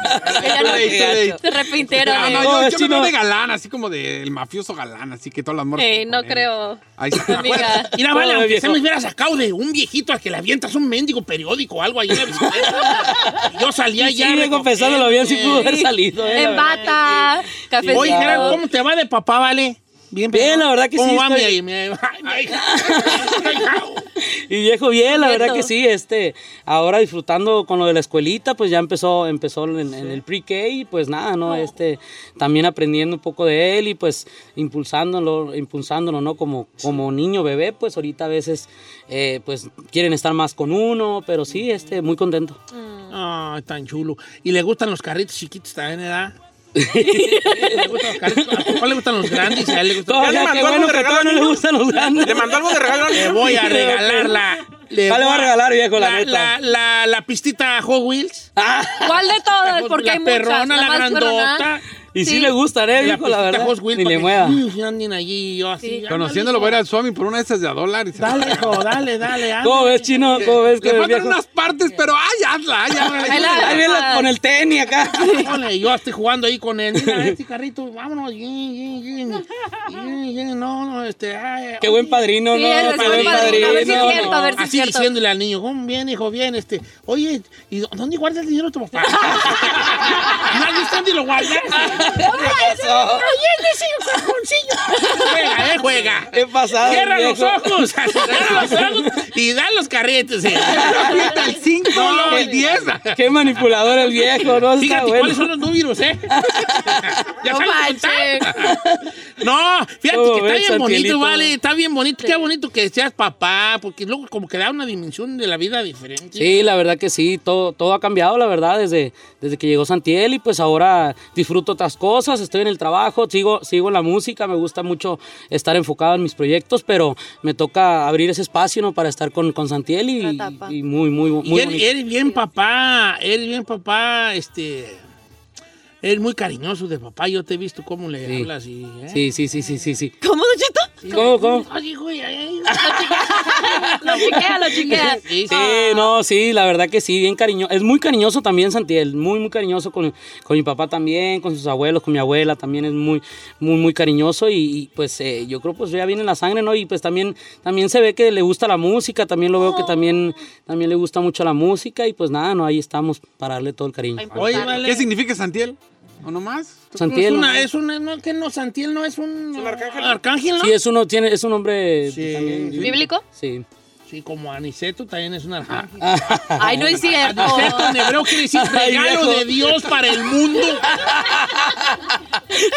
S2: Ella no-
S3: Ey, ey.
S2: Se repintieron.
S3: Ah,
S2: eh.
S3: no,
S8: No,
S3: yo,
S8: es
S3: yo me veo
S8: chino.
S3: de galán, así como del mafioso galán, así que todas las morras.
S2: Eh,
S3: con
S2: no
S3: él.
S2: creo.
S3: Ahí está.
S2: Amiga.
S1: Mira, vale,
S8: Todo
S1: aunque
S8: viejo.
S1: se me hubiera sacado de un viejito al que le avientas un mendigo periódico o algo ahí en la bicicleta. Yo salía
S8: Sí,
S1: ya.
S8: me confesando, lo bien, sí pudo haber salido.
S2: En
S8: eh, la verdad.
S2: bata, cafecito.
S1: Oye, Gerardo, ¿cómo te va de papá, vale? Bien,
S8: Bien, la verdad que sí,
S1: ¿Cómo va mi,
S8: estoy-
S1: mi, ay, mi hija? Ay, hija.
S8: Y viejo bien, la verdad
S2: Cierto.
S8: que sí, este, ahora disfrutando con lo de la escuelita, pues ya empezó, empezó en, en el pre-K y pues nada, ¿no? Este, también aprendiendo un poco de él y pues impulsándolo, impulsándolo, ¿no? Como, como niño bebé, pues ahorita a veces, eh, pues quieren estar más con uno, pero sí, este, muy contento.
S1: Ay, tan chulo. ¿Y le gustan los carritos chiquitos también, edad? ¿Le gustan los carritos? ¿A tu papá le gustan los grandes? ¿A él le gustan los
S8: Todavía,
S4: mandó
S8: qué
S4: algo
S8: bueno
S4: de
S8: que
S4: regalo
S8: todavía no
S4: al
S8: le
S4: niño?
S8: gustan los grandes.
S4: ¿Le mandó algo de regalo al
S1: Le
S4: niño?
S1: voy a regalar la...
S8: Ya le voy a regalar, viejo, la
S1: La,
S8: neta.
S1: la- la pistita Hot Wheels.
S8: Ah,
S2: ¿Cuál de todas? Porque
S1: la
S2: hay muchas.
S1: perrona, la
S2: más
S1: grandota.
S2: perrona.
S8: Y sí,
S2: Sí.
S8: le gustan, eh,
S1: la
S8: viejo, la
S1: pistita
S8: verdad.
S1: Hot Wheels.
S8: Ni
S1: para
S8: le
S1: que,
S8: mueva.
S1: mm, anden allí, yo así. ándale,
S3: Conociéndolo,
S1: hijo.
S3: voy a ir al Swami por una de esas de a dólar. y se-
S1: Dale, hijo, dale, dale. ándale.
S8: ¿Cómo ves, chino?
S1: Eh,
S8: ¿Cómo ves que
S3: Le
S8: el
S3: faltan
S8: viejo?
S3: unas partes, pero ay, hazla, ay, hazla.
S2: Ahí la-
S8: Ahí viene la- con el tenis acá.
S1: Ole, yo estoy jugando ahí con él. Mira, este carrito, vámonos. yin, yin, yin. Yin, yin, No, no, este. ay,
S8: Qué buen padrino,
S2: Sí,
S8: ¿no?
S2: ese es
S8: Qué
S2: buen
S8: buen
S2: padrino. A ver si es
S8: padrino,
S2: cierto,
S8: ¿no?
S2: a ver si es
S1: Así
S2: cierto.
S1: diciéndole al niño, "Cómo bien, hijo, bien, este. Oye, ¿y dó- dónde guardas el dinero de tu papá? Nadie está ni lo guardas. Ahí en ese cajoncillo. Juega, eh, juega.
S8: ¿Qué pasado?
S1: Cierra los
S8: viejo?
S1: ojos, cierra los ojos y da los carretes. eh.
S3: Aprieta el 5, el 10.
S8: Qué manipulador el viejo, ¿no? Está
S1: Fíjate
S8: bueno.
S1: cuáles son los números, ¿eh? ya
S2: No
S1: sabes
S2: manches.
S1: No, fíjate
S8: ¿Cómo
S1: que está
S8: ves,
S1: bien bonito,
S8: Santielito?
S1: vale. Está bien bonito. Qué bonito que seas papá, porque luego como que da una dimensión de la vida diferente.
S8: Sí, la verdad que sí, todo, todo ha cambiado, la verdad, desde, desde que llegó Santiel y pues ahora disfruto otras cosas, estoy en el trabajo, sigo, sigo en la música, me gusta mucho estar enfocado en mis proyectos, pero me toca abrir ese espacio ¿no? para estar con, con Santiel y,
S2: Otra etapa.
S8: y muy, muy, muy
S1: y él,
S8: bonito.
S1: él bien papá, él bien papá, este... Él muy cariñoso de papá. Yo te he visto cómo le
S8: Sí.
S1: hablas y... ¿eh?
S8: Sí, sí, sí, sí, sí, sí.
S2: ¿Cómo, Dochito?
S8: ¿Cómo, cómo?
S1: Ay, güey, ay, ay.
S2: Lo chiquea, lo chiquea.
S1: Sí, sí.
S8: Sí, no, sí, la verdad que sí, bien cariñoso. Es muy cariñoso también Santiel, muy, muy cariñoso con, con mi papá también, con sus abuelos, con mi abuela también es muy, muy, muy cariñoso y, y, pues eh, yo creo pues ya viene en la sangre, ¿no? Y pues también, también se ve que le gusta la música, también lo veo que también, también le gusta mucho la música y pues nada, no, ahí estamos para darle todo el cariño.
S1: Oye, vale.
S3: ¿Qué significa Santiel? ¿O no más?
S1: Es
S8: Santiel,
S1: pues, una,
S8: ¿no?
S1: es una, no, que no, Santiel no es un...
S4: arcángel.
S1: ¿no?
S8: sí, es uno, tiene, es un hombre
S1: Sí.
S8: también-
S2: ¿Bíblico?
S8: Sí.
S1: Sí, como Aniceto también es un arcángel.
S2: Ay, no es cierto.
S1: Aniceto en hebreo quiere decir
S8: Ah, Ay,
S1: regalo
S8: viejo.
S1: de Dios para el mundo.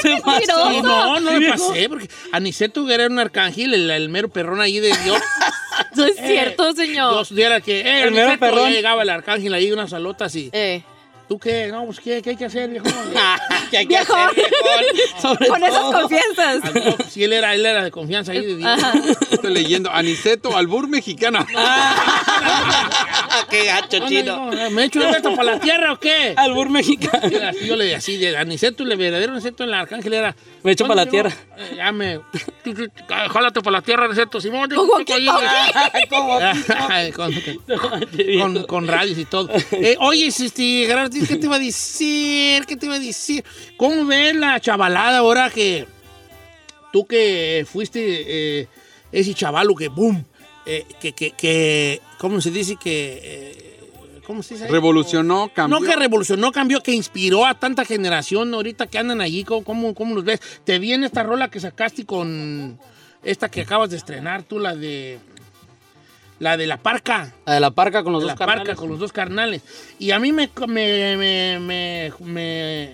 S8: Se pasó.
S1: No, no, no me
S8: viejo.
S1: pasé, porque Aniceto era un arcángel, el, el mero perrón ahí de Dios. Eh,
S2: No es cierto, señor.
S1: Dios diera que, eh,
S8: El mero
S1: Aniceto, ya
S8: perrón.
S1: llegaba el arcángel ahí, unas alotas y,
S2: Eh.
S1: ¿tú qué? No, pues, ¿qué, qué hay que hacer, viejo? Ah,
S8: ¿Qué hay que
S2: Viejo.
S8: hacer, viejón? Sobre
S2: Con esas
S8: todo.
S2: confianzas.
S1: Ah, no, pues, sí, él era, él era de confianza ahí de Dios.
S3: Estoy leyendo. Aniceto, albur mexicana.
S8: Ah, ¡Qué gacho,
S1: No,
S8: chino!
S1: no, no, ¿Me echo el gato para la tierra o qué?
S8: Albur mexicano.
S1: Era así, Yo le decía así, de Aniceto, el verdadero Aniceto en el arcángel era.
S8: Me echo para la
S1: ¿cuándo
S8: tierra.
S1: llegó? Eh, ya me. Jálate para la tierra, Aniceto. Simón, yo-
S2: Ojo, aquí,
S1: yo-
S2: ojo,
S8: ¿Cómo?
S1: Ay, con, con, con radios y todo. Eh, oye, este, Gerardo, ¿qué te iba a decir? ¿Qué te iba a decir? ¿Cómo ves la chavalada ahora que tú que fuiste eh, ese chavalo que boom, eh, que, que, que, ¿cómo se dice? Que, eh, ¿cómo se dice?
S3: Revolucionó, cambió.
S1: No que revolucionó, cambió, que inspiró a tanta generación ahorita que andan allí. ¿Cómo, cómo, cómo los ves? Te vi en esta rola que sacaste con esta que acabas de estrenar tú, la de... La de la parca
S8: La de la parca con los
S1: de
S8: dos
S1: la parca
S8: carnales.
S1: con los dos carnales. Y a mí me, me, me, me, me-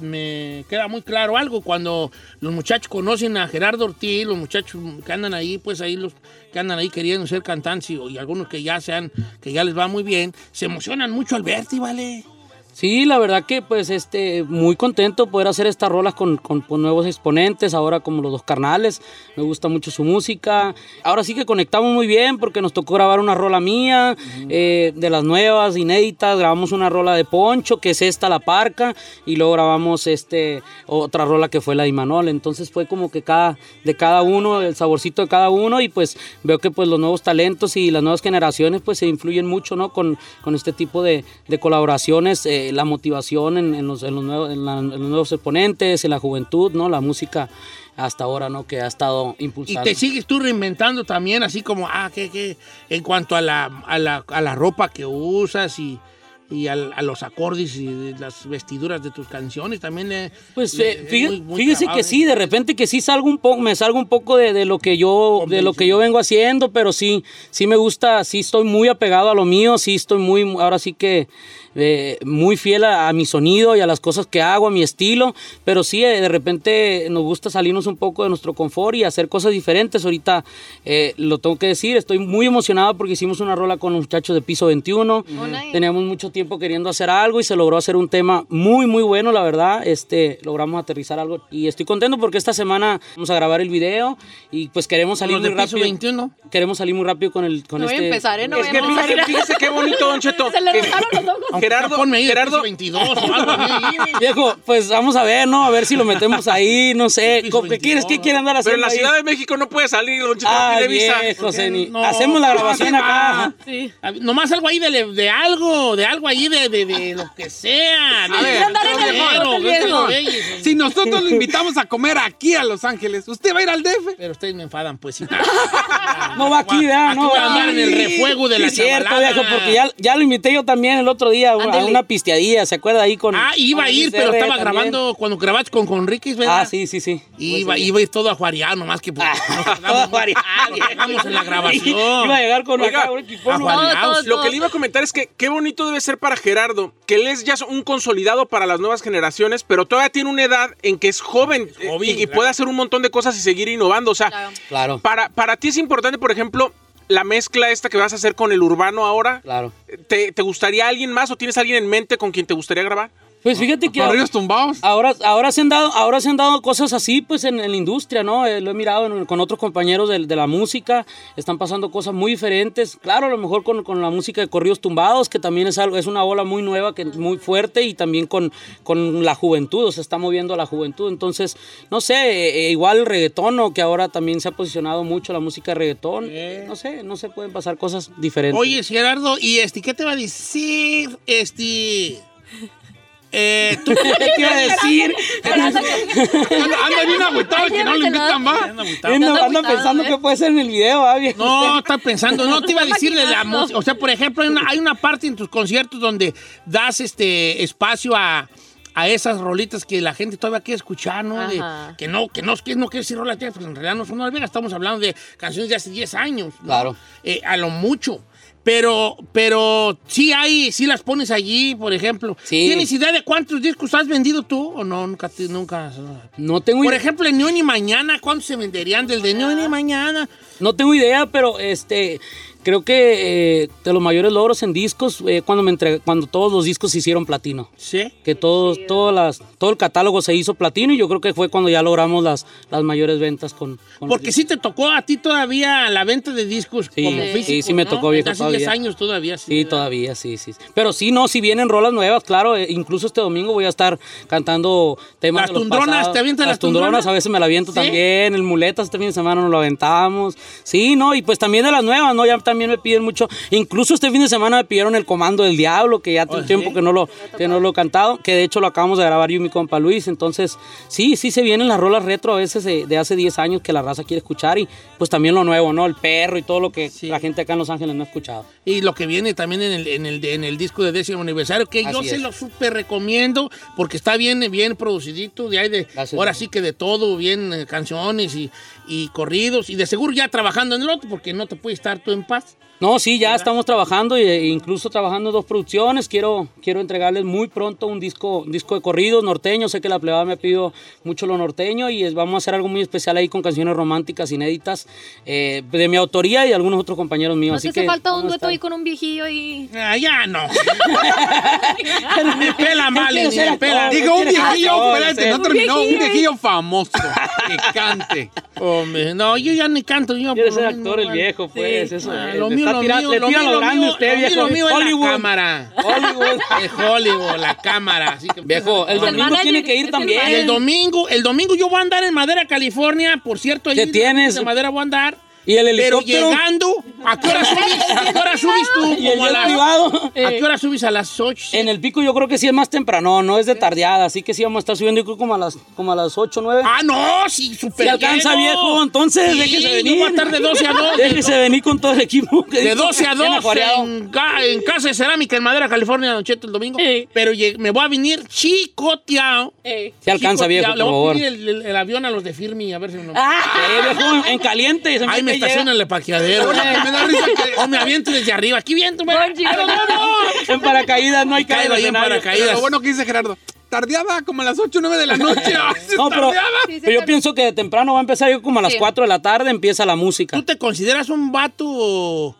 S1: me queda muy claro algo cuando los muchachos conocen a Gerardo Ortiz, los muchachos que andan ahí, pues ahí los que andan ahí queriendo ser cantantes y, y algunos que ya sean, que ya les va muy bien, se emocionan mucho al verte, ¿vale?
S8: Sí, la verdad que pues este, muy contento poder hacer estas rolas con, con, con nuevos exponentes, ahora como los dos carnales, me gusta mucho su música, ahora sí que conectamos muy bien porque nos tocó grabar una rola mía, eh, de las nuevas, inéditas, grabamos una rola de Poncho, que es esta, La Parca, y luego grabamos este, otra rola que fue la de Imanol, entonces fue como que cada, de cada uno, el saborcito de cada uno, y pues veo que pues los nuevos talentos y las nuevas generaciones pues se influyen mucho, ¿no? Con, con este tipo de, de colaboraciones. eh, la motivación en, en los, en los nuevos, en la- en los nuevos exponentes, en la juventud, ¿no? La música hasta ahora, ¿no? Que ha estado
S1: Y
S8: impulsando.
S1: te sigues tú reinventando también, así como, ah, que, que, en cuanto a la, a la, a la ropa que usas y, y al- a, los acordes y de las vestiduras de tus canciones también. eh,
S8: Pues
S1: eh,
S8: fe-
S1: es
S8: fíjate,
S1: muy- muy
S8: fíjese
S1: trabajo,
S8: que
S1: ¿eh?
S8: sí, de repente que sí salgo un poco, me salgo un poco de, de lo que yo, de lo que yo vengo haciendo, pero sí, sí me gusta, sí estoy muy apegado a lo mío, sí estoy muy, ahora sí que eh, muy fiel a, a mi sonido y a las cosas que hago, a mi estilo, pero sí eh, de repente nos gusta salirnos un poco de nuestro confort y hacer cosas diferentes. Ahorita eh, lo tengo que decir, estoy muy emocionado porque hicimos una rola con los muchachos de piso 21.
S2: Nice.
S8: Teníamos mucho tiempo queriendo hacer algo y se logró hacer un tema muy, muy bueno, la verdad. Este, logramos aterrizar algo y estoy contento porque esta semana vamos a grabar el video y pues queremos salir
S1: Los de
S8: muy
S1: piso
S8: rápido.
S1: 21.
S8: Queremos salir muy rápido con el con
S2: No voy a
S8: este.
S2: empezar, ¿eh? No voy
S4: Es
S2: a
S4: que
S2: empezar.
S4: fíjese, fíjese qué bonito, Don Cheto.
S2: Se le
S4: que-
S2: rozaron los ojos.
S4: Gerardo,
S1: Ponme ahí de
S4: Gerardo,
S1: piso 22 o algo así.
S8: Viejo, pues vamos a ver, ¿no? A ver si lo metemos ahí, no sé.
S1: Piso
S8: ¿Qué
S1: 22.
S8: quieres? ¿Qué quieren andar
S4: pero en
S8: haciendo
S4: la
S8: ahí?
S4: Ciudad de México no puede salir, Don Cheto, no
S8: Ah,
S4: tiene visa.
S8: viejo, Zeni.
S1: No. Ah,
S8: Hacemos la grabación acá.
S2: Sí.
S1: A ver, Nomás algo ahí de, de algo, de algo ahí de, de, de lo que sea. de- de
S3: ver, andar en el
S1: dinero,
S2: bote,
S1: de estos
S2: viejo.
S1: güeyes.
S3: Si nosotros lo invitamos a comer aquí a Los Ángeles, ¿usted va a ir al DF?
S1: Pero ustedes me enfadan, pues. sí.
S8: No va aquí, ¿verdad?
S1: Aquí
S8: no
S1: voy a
S8: va
S1: andar en el
S8: aquí.
S1: refuego de la
S8: Es cierto,
S1: chavalada.
S8: viejo, porque ya, ya lo invité yo también el otro día a una- a
S2: Ándele.
S8: una pisteadilla, ¿se acuerda? Ahí con.
S1: Ah, iba a
S8: con
S1: ir,
S8: Luis R.
S1: pero estaba
S8: también.
S1: grabando cuando grabaste con Conríquez, ¿verdad?
S8: Ah, sí, sí, sí. Ah,
S1: Iba, iba a ir todo a juarear, nomás que pues, nos quedamos- nos quedamos en la grabación.
S8: Iba a llegar con
S4: Oiga,
S8: acá, un equipo.
S1: a juarear.
S2: Todo, todo.
S4: Lo que le iba a comentar es que qué bonito debe ser para Gerardo, que él es ya un consolidado para las nuevas generaciones, pero todavía tiene una edad en que es joven, eh,
S1: joven,
S4: y, y
S1: claro.
S4: puede hacer un montón de cosas y seguir innovando. O sea,
S2: Claro.
S8: Claro,
S4: para, para ti es importante, por ejemplo, la mezcla esta que vas a hacer con el urbano ahora.
S8: claro.
S4: ¿Te, te gustaría alguien más o tienes alguien en mente con quien te gustaría grabar?
S8: Pues fíjate que.
S3: ¿Corridos tumbados?
S8: Ahora, ahora, se han dado, ahora se han dado cosas así pues en, en la industria, ¿no? Eh, lo he mirado en- con otros compañeros del- de, la música, están pasando cosas muy diferentes. Claro, a lo mejor con, con la música de corridos tumbados, que también es, algo, es una ola muy nueva, que es muy fuerte, y también con, con la juventud, o sea, está moviendo a la juventud. Entonces, no sé, eh, eh, igual el reggaetón, ¿no? que ahora también se ha posicionado mucho la música de reggaetón. No sé, no se pueden pasar cosas diferentes.
S1: Oye, Gerardo, ¿y este qué te va a decir? Este. Eh, tú.
S8: ¿qué te iba a decir?
S2: Gerardo, que-
S3: Anda, anda bien agüitado que no lo invitan más.
S8: Ando,
S2: ando
S8: ando
S2: agüitado,
S8: pensando
S2: ¿eh?
S8: que puede ser en el video, ¿ah, viejo?
S1: No, está pensando, no te iba a
S2: Está
S1: decirle la
S2: maquinando.
S1: música. O sea, por ejemplo, hay una, hay una parte en tus conciertos donde das este espacio a, a esas rolitas que la gente todavía quiere escuchar, ¿no? De-
S2: Ajá.
S1: que no, que no, que no quiere decir rolas viejas, porque en realidad no son rolas viejas, estamos hablando de canciones de hace 10 años. ¿no?
S8: Claro.
S1: Eh, a lo mucho. Pero, pero sí hay, sí las pones allí, por ejemplo.
S8: Sí.
S1: ¿Tienes idea de cuántos discos has vendido tú? ¿O no? Nunca, te- nunca.
S8: No tengo
S1: Por
S8: idea.
S1: ejemplo, en Ni Hoy ni Mañana, ¿cuántos se venderían del de Ni Hoy ni Mañana?
S8: No tengo idea, pero este creo que eh, de los mayores logros en discos eh, cuando me entre- cuando todos los discos se hicieron platino.
S1: Sí.
S8: Que todos, todas las, todo el catálogo se hizo platino y yo creo que fue cuando ya logramos las, las mayores ventas con, con
S1: Porque
S8: los
S1: sí te tocó a ti todavía la venta de discos
S8: Sí,
S1: como
S8: sí,
S1: físico,
S8: sí me
S1: ¿no?
S8: tocó, viejo,
S1: Desde Hace 10
S8: todavía.
S1: años todavía.
S8: Sí,
S1: ¿verdad?
S8: todavía, sí, sí. Pero sí, no, si vienen rolas nuevas, claro, eh, incluso este domingo voy a estar cantando temas
S1: Las
S8: de los
S1: tundronas,
S8: pasados.
S1: ¿te avientas las
S8: las tundronas?
S1: tundronas?
S8: a veces me la aviento
S1: ¿Sí?
S8: también, el muletas este fin de semana nos lo aventamos. Sí, no, y pues también de las nuevas, ¿no? Ya también me piden mucho, incluso este fin de semana me pidieron el comando del diablo, que ya tiene
S1: Oye.
S8: tiempo que no lo que no lo he cantado, que de hecho lo acabamos de grabar yo y mi compa Luis, entonces sí, sí se vienen las rolas retro a veces eh, de, de hace 10 años que la raza quiere escuchar y pues también lo nuevo, ¿no? El perro y todo lo que
S1: Sí.
S8: la gente acá en Los Ángeles no ha escuchado.
S1: Y lo que viene también en el, en el, en el disco de décimo aniversario, que yo
S8: Así
S1: se
S8: es.
S1: lo súper recomiendo, porque está bien, bien producidito, de ahí de,
S8: Gracias,
S1: ahora
S8: señor.
S1: sí que de todo, bien eh, canciones y, y corridos, y de seguro ya trabajando en el otro, porque no te puede estar tú en paz. más?
S8: No, sí, ya estamos trabajando e e incluso trabajando dos producciones. Quiero, quiero entregarles muy pronto un disco, un disco de corridos norteño. Sé que la plebada me ha pedido mucho lo norteño y es- vamos a hacer algo muy especial ahí con canciones románticas inéditas eh, de mi autoría y algunos otros compañeros míos.
S2: No
S8: Así
S2: te hace
S8: que
S2: falta un
S8: vamos a
S2: dueto
S8: estar-
S2: ahí con un viejillo y.
S1: Ah, ya no. me pela mal,
S8: Él
S1: ni
S8: quiere
S1: me
S8: ser
S1: pela.
S8: actor.
S3: Digo, un
S8: ¿Qué quieres?
S3: viejillo,
S8: Ah,
S3: espérate,
S8: sí.
S3: no terminó. Un
S8: ¿eh?
S3: viejillo famoso que cante.
S1: Hombre, no, yo ya ni canto. Yo
S8: Quiere
S1: por
S8: ser
S1: lo
S8: actor el
S1: mismo,
S8: viejo, pues.
S1: Ah,
S8: Eso, es.
S1: lo
S8: Le
S1: mío,
S8: está
S1: lo
S8: tira-
S1: mío,
S8: le
S1: lo
S8: tira
S1: mío,
S8: lo
S1: lo
S8: grande
S1: mío,
S8: usted,
S1: lo mío,
S8: viejo.
S1: lo mío es
S8: Hollywood.
S1: la cámara.
S8: Hollywood.
S1: Es Hollywood, la cámara. Así que,
S8: Viejo, el
S2: Es el
S8: domingo
S2: manager,
S8: tiene que
S2: es
S8: ir
S2: el
S8: también.
S1: Y el domingo, el domingo yo voy a andar en Madera, California, por cierto. ahí
S8: ¿Qué
S1: en la
S8: tienes?
S1: De Madera voy a andar.
S8: Y el
S1: Pero
S8: helicóptero.
S1: llegando, ¿a qué hora subís? ¿A qué hora subís tú?
S8: Y el
S1: Como a,
S8: jet
S1: las-
S8: privado.
S1: ¿A qué hora subís? A las 8.
S8: En el pico yo creo que sí es más temprano, no es de tardeada, así que sí vamos a estar subiendo yo creo como a las, como a las 8 9.
S1: Ah, no, sí, super
S8: Si alcanza,
S1: lleno.
S8: viejo, entonces
S1: Sí,
S8: déjese venir.
S1: Yo voy a estar de 12 a 2.
S8: Déjese venir con todo el equipo. que
S1: De
S8: dijo
S1: 12 a
S8: que tiene
S1: 2
S8: acuareado.
S1: en, ca- en Casa de Cerámica en Madera, California, Don Cheto, el domingo. Pero lleg- me voy a venir chicoteado.
S8: Se alcanza, viejo,
S1: Chicoteado. Le voy
S8: por
S1: a
S8: favor.
S1: pedir el, el- el avión a los de Firmi, a ver si no.
S8: Eh, viejo, en caliente. y se
S1: Ahí me
S8: que llega.
S1: estaciona el parqueadero.
S3: Me da risa que.
S1: o me aviento desde arriba. Aquí viento, güey.
S2: Bungee.
S1: ¡Ahí nos vemos!
S8: En paracaídas no hay
S1: Caigo
S8: caída.
S1: ahí en
S8: escenario.
S1: paracaídas.
S3: Lo bueno que dice Gerardo. Tardeada como a las 8 o 9 de la noche. Ah, sí,
S8: No, pero,
S3: tardeada.
S2: Sí, sí,
S8: pero yo
S2: está-
S8: pienso que de temprano va a empezar yo como a las
S2: Sí.
S8: 4 de la tarde empieza la música.
S1: ¿Tú te consideras un vato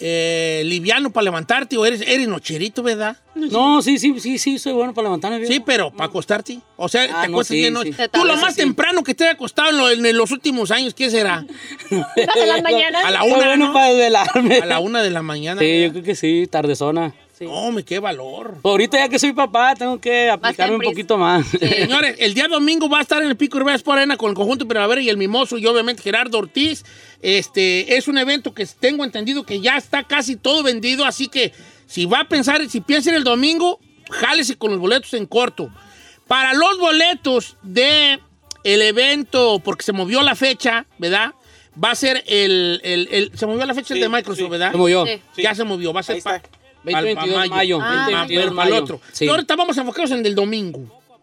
S1: eh, liviano para levantarte o eres, eres nocherito, verdad?
S8: No, sí, sí, sí, sí, soy bueno para levantarme bien.
S1: Sí, pero para acostarte. O sea,
S8: Mm. Ah,
S1: te
S8: no,
S1: acuestas
S8: sí,
S1: de noche.
S8: sí.
S1: Tú lo
S2: Eso
S1: más
S8: sí.
S1: temprano que te has acostado en, lo- en los últimos años, ¿qué será?
S2: A las mañanas.
S1: A la
S8: Soy
S1: una,
S8: bueno
S1: ¿no?
S8: para desvelarme.
S1: A la una de la mañana.
S8: Sí, yo
S1: ¿verdad?
S8: creo que sí, tardezona.
S1: Hombre, qué valor.
S8: Ahorita ya que soy papá, tengo que aplicarme un
S2: temprisa.
S8: poquito más.
S1: Señores, el día domingo va a estar en el Pico Urbana por Arena con el conjunto Primavera y el Mimoso y obviamente Gerardo Ortiz. Este es un evento que tengo entendido que ya está casi todo vendido, así que si va a pensar, si piensa en el domingo, jálese con los boletos en corto. Para los boletos de el evento, porque se movió la fecha, ¿verdad? Va a ser el, el- el- se movió la fecha el de Microsoft, ¿verdad?
S8: Como yo.
S2: Sí.
S1: Ya se movió, va a ser pa- pa-
S8: 20, 22
S1: pa'
S8: de mayo.
S1: Ah,
S8: 20, 22 de
S1: pero para el
S8: mayo.
S1: otro.
S8: Sí.
S1: Y ahorita vamos a enfocarnos en el del domingo.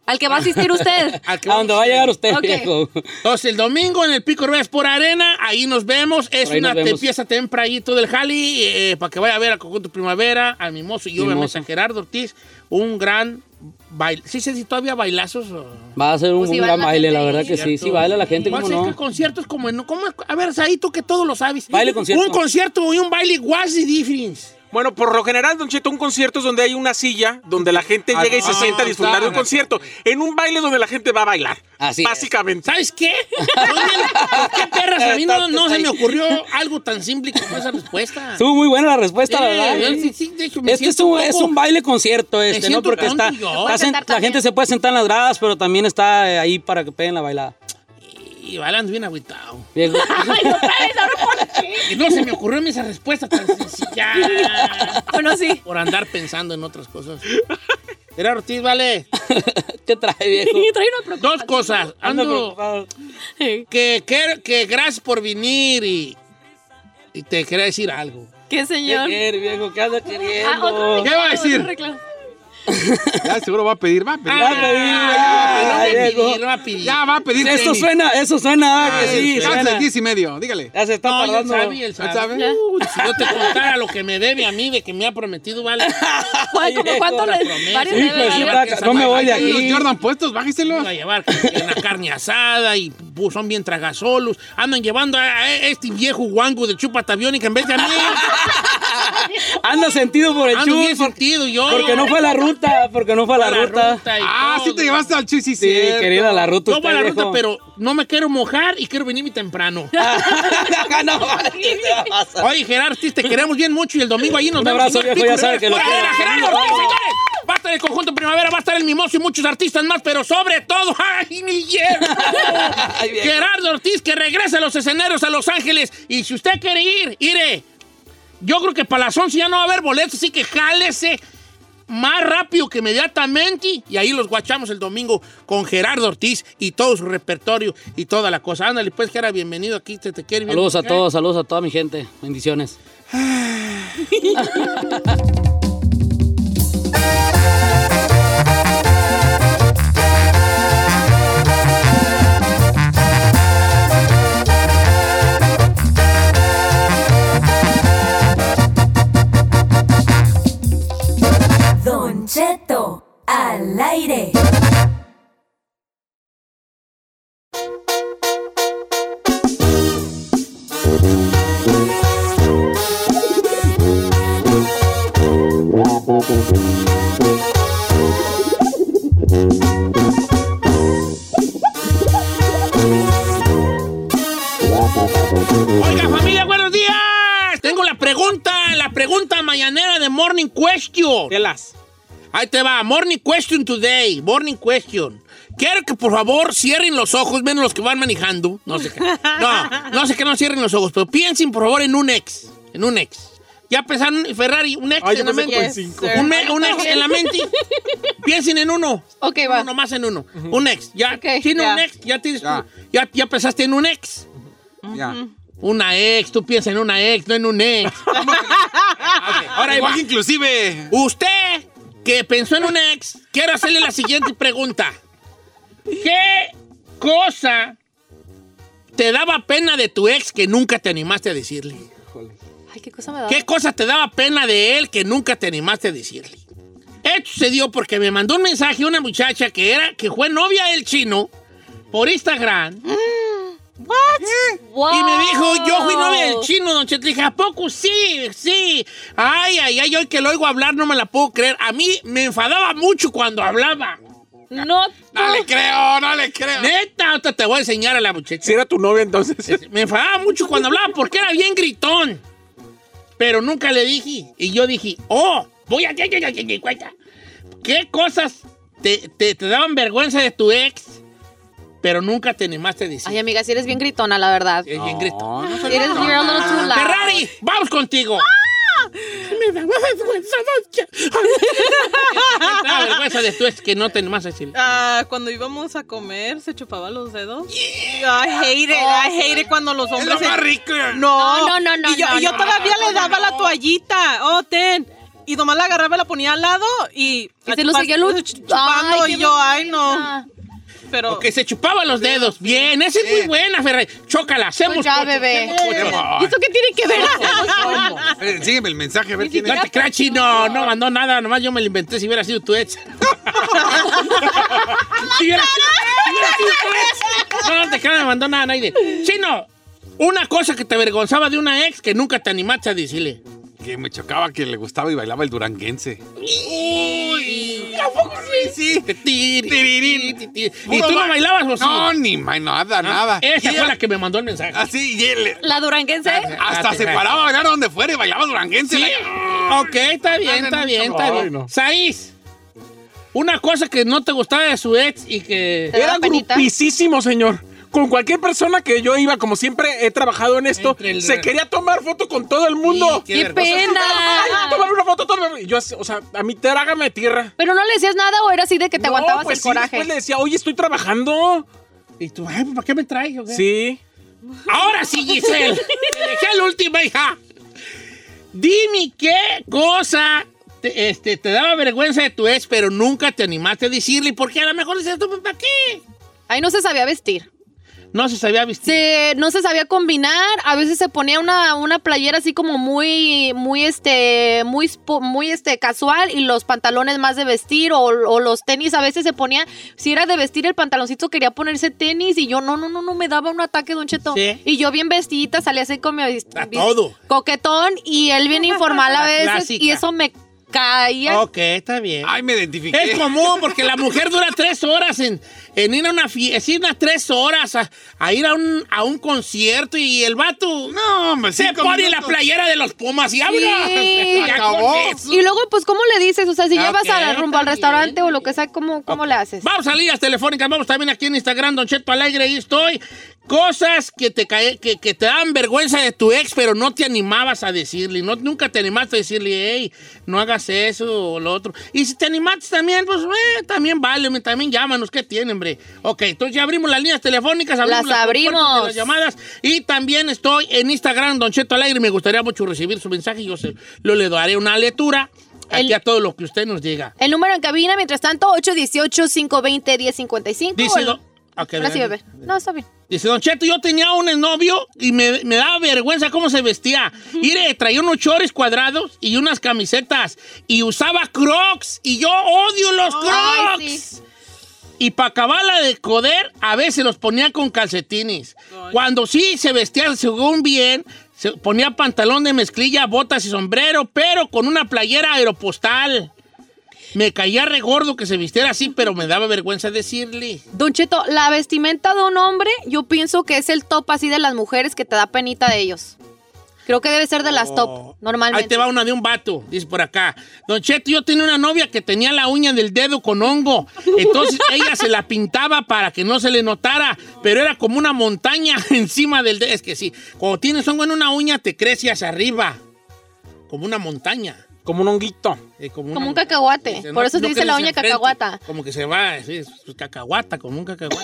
S2: Al que va a asistir usted.
S1: Al que
S8: ¿A
S1: vamos
S8: dónde va a llegar usted,
S2: Ok.
S8: viejo?
S1: Entonces, el domingo en el Pico Ruedas por Arena, ahí nos vemos. Es
S8: Por ahí
S1: una
S8: nos vemos.
S1: te- pieza tempranito del Jali, eh, para que vaya a ver a Conjunto Primavera, al Mimoso y obviamente
S8: Mimoso.
S1: a Gerardo Ortiz. Un gran baile. Sí, sí, sí, todavía bailazos. o-
S8: Va a ser un,
S2: Pues si
S8: un
S2: baila
S8: gran
S2: la
S8: baile,
S2: gente
S8: la verdad
S2: ahí.
S8: que sí. Sí, baila la gente,
S1: Igual
S8: ¿cómo
S1: si Pues es que
S8: no?
S1: conciertos como en- ¿cómo es? A ver, Saí, tú que todo lo sabes.
S8: Baile, concierto.
S1: Un concierto y un baile, what's the difference?
S4: Bueno, por lo general, Don Cheto, un concierto es donde hay una silla donde la gente
S8: Ah,
S4: llega y se
S8: ah,
S4: sienta a disfrutar de un
S1: claro.
S4: concierto. En un baile donde la gente va a bailar.
S8: Así es.
S4: Básicamente.
S1: ¿Sabes qué? ¿Por qué perras? A mí no, no se me ocurrió algo tan simple como esa respuesta.
S8: Estuvo muy buena la respuesta, la
S1: Eh,
S8: verdad.
S1: sí, sí, de hecho, me
S8: Este es
S1: siento
S8: un,
S1: poco-
S8: es un baile concierto este, ¿no?
S1: siento
S8: Porque
S1: tonto
S8: está,
S1: yo.
S8: está
S1: Se puede
S8: sen-
S2: sentar
S8: la
S2: también.
S8: gente se puede sentar en las gradas, pero también está eh, ahí para que peguen la bailada.
S1: Y bailan bien agüitado.
S8: Viejo.
S1: Y no se me ocurrió a mí esa respuesta tan sencilla.
S2: Bueno, sí.
S1: Por andar pensando en otras cosas. Gerardo Ortiz, vale.
S8: ¿Qué trae, viejo?
S2: Y trae una preocupación.
S1: Dos cosas. Ando
S8: Ando preocupado.
S1: que, que, que gracias por venir y, y te quería decir algo.
S2: ¿Qué,
S8: ¿Qué
S2: señor?
S8: quiere, viejo? ¿Qué anda
S2: Ah, otro
S8: queriendo?
S3: ¿Qué va a
S2: reclamo,
S3: decir?
S2: otro reclamo.
S3: Ya seguro va a pedir, va a pedir.
S1: Ah, no va a
S8: ay,
S1: pedir,
S8: Diego.
S1: no va a pedir.
S3: Ya va a pedir.
S8: Eso
S3: tenis.
S8: suena, eso suena, ah, que
S3: Eh,
S8: sí,
S3: chance,
S8: suena.
S3: 10 y medio, dígale.
S8: Ya se está
S1: No, y él
S8: tardando.
S1: sabe, y él sabe.
S3: ¿Ya sabe?
S1: Uy, si yo te contara lo que me debe a mí de que me ha prometido, vale.
S2: ¿Cuál- como
S8: Viejo,
S2: ¿Cuánto
S8: la
S2: le
S1: promesa.
S2: varios
S1: Hijo de
S2: le debe
S1: su
S2: varios?
S1: madre.
S8: Saca, pues, no me voy de
S3: Ahí los
S8: aquí.
S3: Jordan puestos, bájeselos.
S1: iba a llevar que una carne asada y pues, son bien tragasolos. Andan llevando a, a este viejo guango de chupa tabiónica en vez de a mí.
S8: Anda sentido por el
S1: Ando
S8: chus,
S1: bien sentido yo.
S8: porque no fue a la ruta, porque no fue a la, ruta.
S1: y
S3: Ah,
S1: todo.
S3: sí te llevaste al Chuy, sí,
S8: Sí,
S3: cierto.
S8: querida, la ruta
S1: Yo
S8: usted,
S1: voy a la ruta,
S8: viejo.
S1: pero no me quiero mojar y quiero venirme temprano.
S8: no, ¿qué te va a pasar?
S1: Oye, Gerard Ortiz, te queremos bien mucho y el domingo ahí nos
S8: Un
S1: vemos.
S8: abrazo,
S1: señores,
S8: viejo, ya
S1: Pico
S8: sabe que lo
S1: Rivera.
S8: quiero.
S1: ¡Fuera, Gerardo Ortiz, señores! Va a estar el conjunto Primavera, va a estar el Mimoso y muchos artistas más, pero sobre todo, ¡ay, mi hierro!
S8: Ay, viejo.
S1: Gerardo Ortiz, que regresa a los escenarios a Los Ángeles. Y si usted quiere ir, iré. Yo creo que para las 11 ya no va a haber boletos, así que jálese más rápido que inmediatamente. Y ahí los guachamos el domingo con Gerardo Ortiz y todo su repertorio y toda la cosa. Ándale, pues, Gerardo, bienvenido aquí, te, te quiere bien. Eh,
S8: Saludos a todos, saludos a toda mi gente. Bendiciones.
S7: Don Cheto, al aire.
S1: Oiga, familia, buenos días. Tengo la pregunta, la pregunta mañanera de Morning Question.
S4: Telas.
S1: Ahí te va, Morning Question Today, Morning Question. Quiero que por favor cierren los ojos, menos los que van manejando. No sé qué. No, no sé que no cierren los ojos, pero piensen por favor en un ex, en un ex. Ya pensaron en Ferrari, un ex
S4: Ay, yo
S1: en la
S4: pensé
S1: mente.
S4: como en
S6: Yes,
S4: cinco.
S6: sir.
S1: Un, me- un ex en la mente. Piensen en uno.
S2: Ok, va.
S1: Uno más en uno. Un ex. Ya,
S2: Ok,
S1: tiene
S6: ya.
S1: un ex, ya tienes tu-
S3: Ya.
S1: ya, ya pensaste en un ex.
S3: Ya.
S1: Una ex, tú piensas en una ex, no en un ex. Ahora ahí va.
S3: Lenguaje inclusive.
S1: Usted que pensó en un ex, quiero hacerle la siguiente pregunta. ¿Qué cosa te daba pena de tu ex que nunca te animaste a decirle?
S2: Ay, qué cosa me da.
S1: ¿Qué cosa te daba pena de él que nunca te animaste a decirle? Esto se dio porque me mandó un mensaje una muchacha que era que fue novia del chino por Instagram
S2: Wow.
S1: y me dijo, yo fui novia
S2: Oh.
S1: del chino, don Cheto. Le Dije, ¿a poco? Sí, sí. Ay, ay, ay, hoy que lo oigo hablar no me la puedo creer. A mí me enfadaba mucho cuando hablaba.
S2: No.
S3: No le creo, no le creo.
S1: Neta, ahorita te voy a enseñar a la muchacha.
S4: Si era tu novia entonces.
S2: Este,
S1: Me enfadaba mucho cuando hablaba porque era bien gritón. Pero nunca le dije. Y yo dije, oh, voy a... ¿Qué cosas te, te- te daban vergüenza de tu ex, pero nunca te animaste a decir?
S2: Ay, amiga, si eres bien gritona, la verdad.
S1: Es bien grito.
S2: Si eres you're a little too loud.
S1: Ah, Ferrari, vamos contigo. Me da vergüenza, Don Cheto. Me da vergüenza de tu ex que no te animas a decir.
S6: Ah, cuando íbamos a comer, se chupaba los dedos. I hate it, I hate it cuando los
S3: Es
S6: hombres.
S3: lo
S6: se-
S3: más rico.
S6: No,
S2: No, no, no,
S6: Y yo,
S2: no,
S6: y yo
S2: no,
S6: todavía
S1: no,
S6: le daba
S1: no.
S6: la toallita. Oh, ten. Y nomás la agarraba, la ponía al lado y.
S2: Y se lo seguía lu-
S6: ch- chupando.
S2: Ay,
S6: y
S2: qué
S6: yo, ay, no.
S2: bonita.
S6: Pero.
S1: Que se chupaba los dedos. Bien, esa es muy buena, Ferrari. Chócala, hacemos.
S2: Pues ya,
S1: pocho,
S2: bebé.
S1: hacemos pocho.
S2: ¿Y eso qué tiene que ver?
S3: Eh, Sígueme el mensaje, a ver quién es.
S1: No te creas, chino. No mandó nada. Nomás yo me lo inventé si hubiera sido tu ex. si hubiera sido, si hubiera sido tu ex. No, no te creas, no mandó nada a nadie. Chino, una cosa que te avergonzaba de una ex que nunca te animaste a decirle.
S3: Que me chocaba que le gustaba y bailaba el duranguense.
S1: Uy.
S3: Sí.
S1: Que tiri,
S3: Tirirín.
S1: ti, ti, ti. ¿Y
S3: Puro
S1: tú no
S3: ba-
S1: bailabas o sí? Ah,
S3: No, ni ma- nada, nada.
S1: Esa
S3: Y
S1: fue
S3: él-
S1: la que me mandó el mensaje.
S4: Ah,
S3: Así, y él
S2: ¿La duranguense?
S3: hasta se paraba a bailar donde fuera y bailaba duranguense.
S1: Sí.
S3: La-
S1: Ok, está bien, está bien, está
S4: Ay,
S1: bien.
S4: no.
S1: Saiz, una cosa que no te gustaba de su ex y que...
S2: ¿Te daba
S4: Era
S2: penita?
S4: grupicísimo, señor. Con cualquier persona que yo iba, como siempre he trabajado en esto,
S1: Entre el-
S4: se quería tomar foto con todo el mundo.
S1: Sí,
S2: ¡Qué
S4: Ay,
S2: pena!
S4: tómame una foto, tómame. Y yo, así, o sea, a mí trágame tierra.
S2: Pero no le decías nada o era así de que te
S4: No,
S2: aguantabas
S4: pues
S2: el
S4: sí,
S2: coraje.
S4: después le decía, oye, estoy trabajando.
S1: Y tú, ay, ¿para qué me traes? o qué?
S4: Sí.
S1: Ahora sí, Giselle. Te dejé la última, hija. Dime qué cosa te, este, te daba vergüenza de tu ex, pero nunca te animaste a decirle. Porque a lo mejor dices tú, ¿para qué?
S2: Ahí no se sabía vestir.
S1: No se sabía vestir.
S2: Se, no se sabía combinar. A veces se ponía una, una playera así como muy, muy, este, muy, spo- muy, este, casual y los pantalones más de vestir o, o los tenis. A veces se ponía, si era de vestir el pantaloncito, quería ponerse tenis y yo, no, no, no, no, me daba un ataque, Don Cheto.
S1: Sí.
S2: Y yo bien vestidita, salía así con mi vis-
S1: A
S2: vis-
S1: todo.
S2: coquetón y él bien informal a
S1: La
S2: veces
S1: clásica.
S2: y eso me caía.
S1: Ok, está bien.
S3: Ay, me identifiqué.
S1: Es común porque la mujer dura tres horas en, en ir a una fiesta, unas tres horas a, a ir a un, a un concierto y el vato
S3: No, hombre,
S1: se
S3: cinco
S1: pone la
S3: minutos.
S1: playera de los Pumas y habla.
S2: Sí.
S1: Ya
S3: Acabó.
S1: con eso.
S2: Y luego, pues, ¿cómo le dices? O sea, si
S1: Ah,
S2: llevas
S1: ok,
S2: a, rumbo al
S1: está
S2: restaurante
S1: bien.
S2: o lo que sea, ¿cómo, cómo le haces?
S1: Vamos a líneas telefónicas, vamos también aquí en Instagram, Don Cheto Alegre, ahí estoy. Cosas que te, cae- que, que te dan vergüenza de tu ex, pero no te animabas a decirle, no, nunca te animaste a decirle, hey, no hagas eso o lo otro. Y si te animaste también, pues eh, también vale, me- también llámanos, ¿qué tienen, hombre? Ok, entonces ya abrimos las líneas telefónicas, abrimos las
S2: Las
S1: compuertas de
S2: abrimos.
S1: las llamadas y también estoy en Instagram, Don Cheto Alegre, me gustaría mucho recibir su mensaje, yo se, lo le daré una lectura
S2: El-
S1: aquí a todo lo que usted nos diga.
S2: El número en cabina, mientras tanto, 818-520-1055.
S1: Dice,
S2: El-
S1: don- Ok,
S2: Ahora sí,
S1: bien.
S2: bebé. No, está bien.
S1: Dice, Don Cheto, yo tenía un novio y me, me daba vergüenza cómo se vestía. Mire, traía unos chores cuadrados y unas camisetas y usaba crocs y yo odio los crocs.
S2: Ay, sí.
S1: Y para acabarla de coder, a veces los ponía con calcetines. Cuando sí se vestía según bien, se ponía pantalón de mezclilla, botas y sombrero, pero con una playera aeropostal. Me caía re gordo que se vistiera así, pero me daba vergüenza decirle.
S2: Don Cheto, la vestimenta de un hombre, yo pienso que es el top así de las mujeres que te da penita de ellos. Creo que debe ser de las top, normalmente.
S1: Oh. Ahí te va una de un vato, dice por acá. Don Cheto, yo tenía una novia que tenía la uña del dedo con hongo. Entonces ella se la pintaba para que no se le notara, pero era como una montaña encima del dedo. Es que sí, cuando tienes hongo en una uña, te crece hacia arriba. Como una montaña.
S4: Como un honguito.
S1: eh, como
S2: Como
S1: una
S2: un
S1: monta-
S2: cacahuate.
S1: Dice,
S2: Por eso se dice la
S1: crece
S2: uña
S1: enfrente.
S2: cacahuata.
S1: Como que se va, sí, pues, cacahuata, como un cacahuate.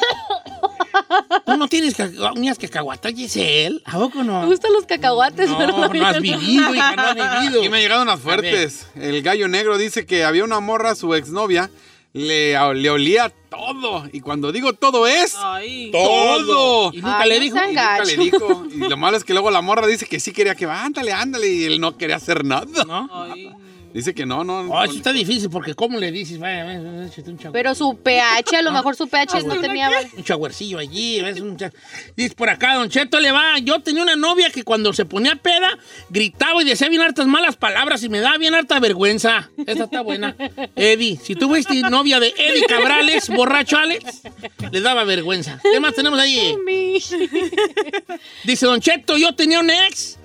S1: ¿Tú no tienes caca- uñas cacahuata, Giselle? ¿A poco no?
S2: Me gustan los cacahuates, pero
S1: No, no has vivido, hija, no has vivido.
S3: Aquí me llegaron unas fuertes. El gallo negro dice que había una morra, su exnovia, le, le olía todo. Y cuando digo todo es.
S6: Ay.
S3: ¡Todo!
S1: Y nunca
S2: Ay,
S1: le
S2: no
S1: dijo.
S2: sean
S3: Y nunca le
S2: gacho.
S3: dijo. Y lo malo es que luego la morra dice que sí quería que va, ándale, ándale. Y él no quería hacer nada.
S1: ¿No?
S6: Ay.
S3: Dice que no, no.
S1: Oh, eso está difícil porque ¿cómo le dices? Vaya, ves, ves, échate un chagüe-
S2: Pero su pH, a lo mejor su pH no
S6: ¿Hasta
S2: tenía...
S6: una
S1: Un chagüercillo allí, ves, un cha- Dice por acá, Don Cheto le va. Yo tenía una novia que cuando se ponía peda, gritaba y decía bien hartas malas palabras y me daba bien harta vergüenza. Esta está buena. Eddie, si tú fuiste novia de Eddie Cabrales, borracho Alex, le daba vergüenza. ¿Qué más tenemos ahí? Dice Don Cheto, yo tenía un ex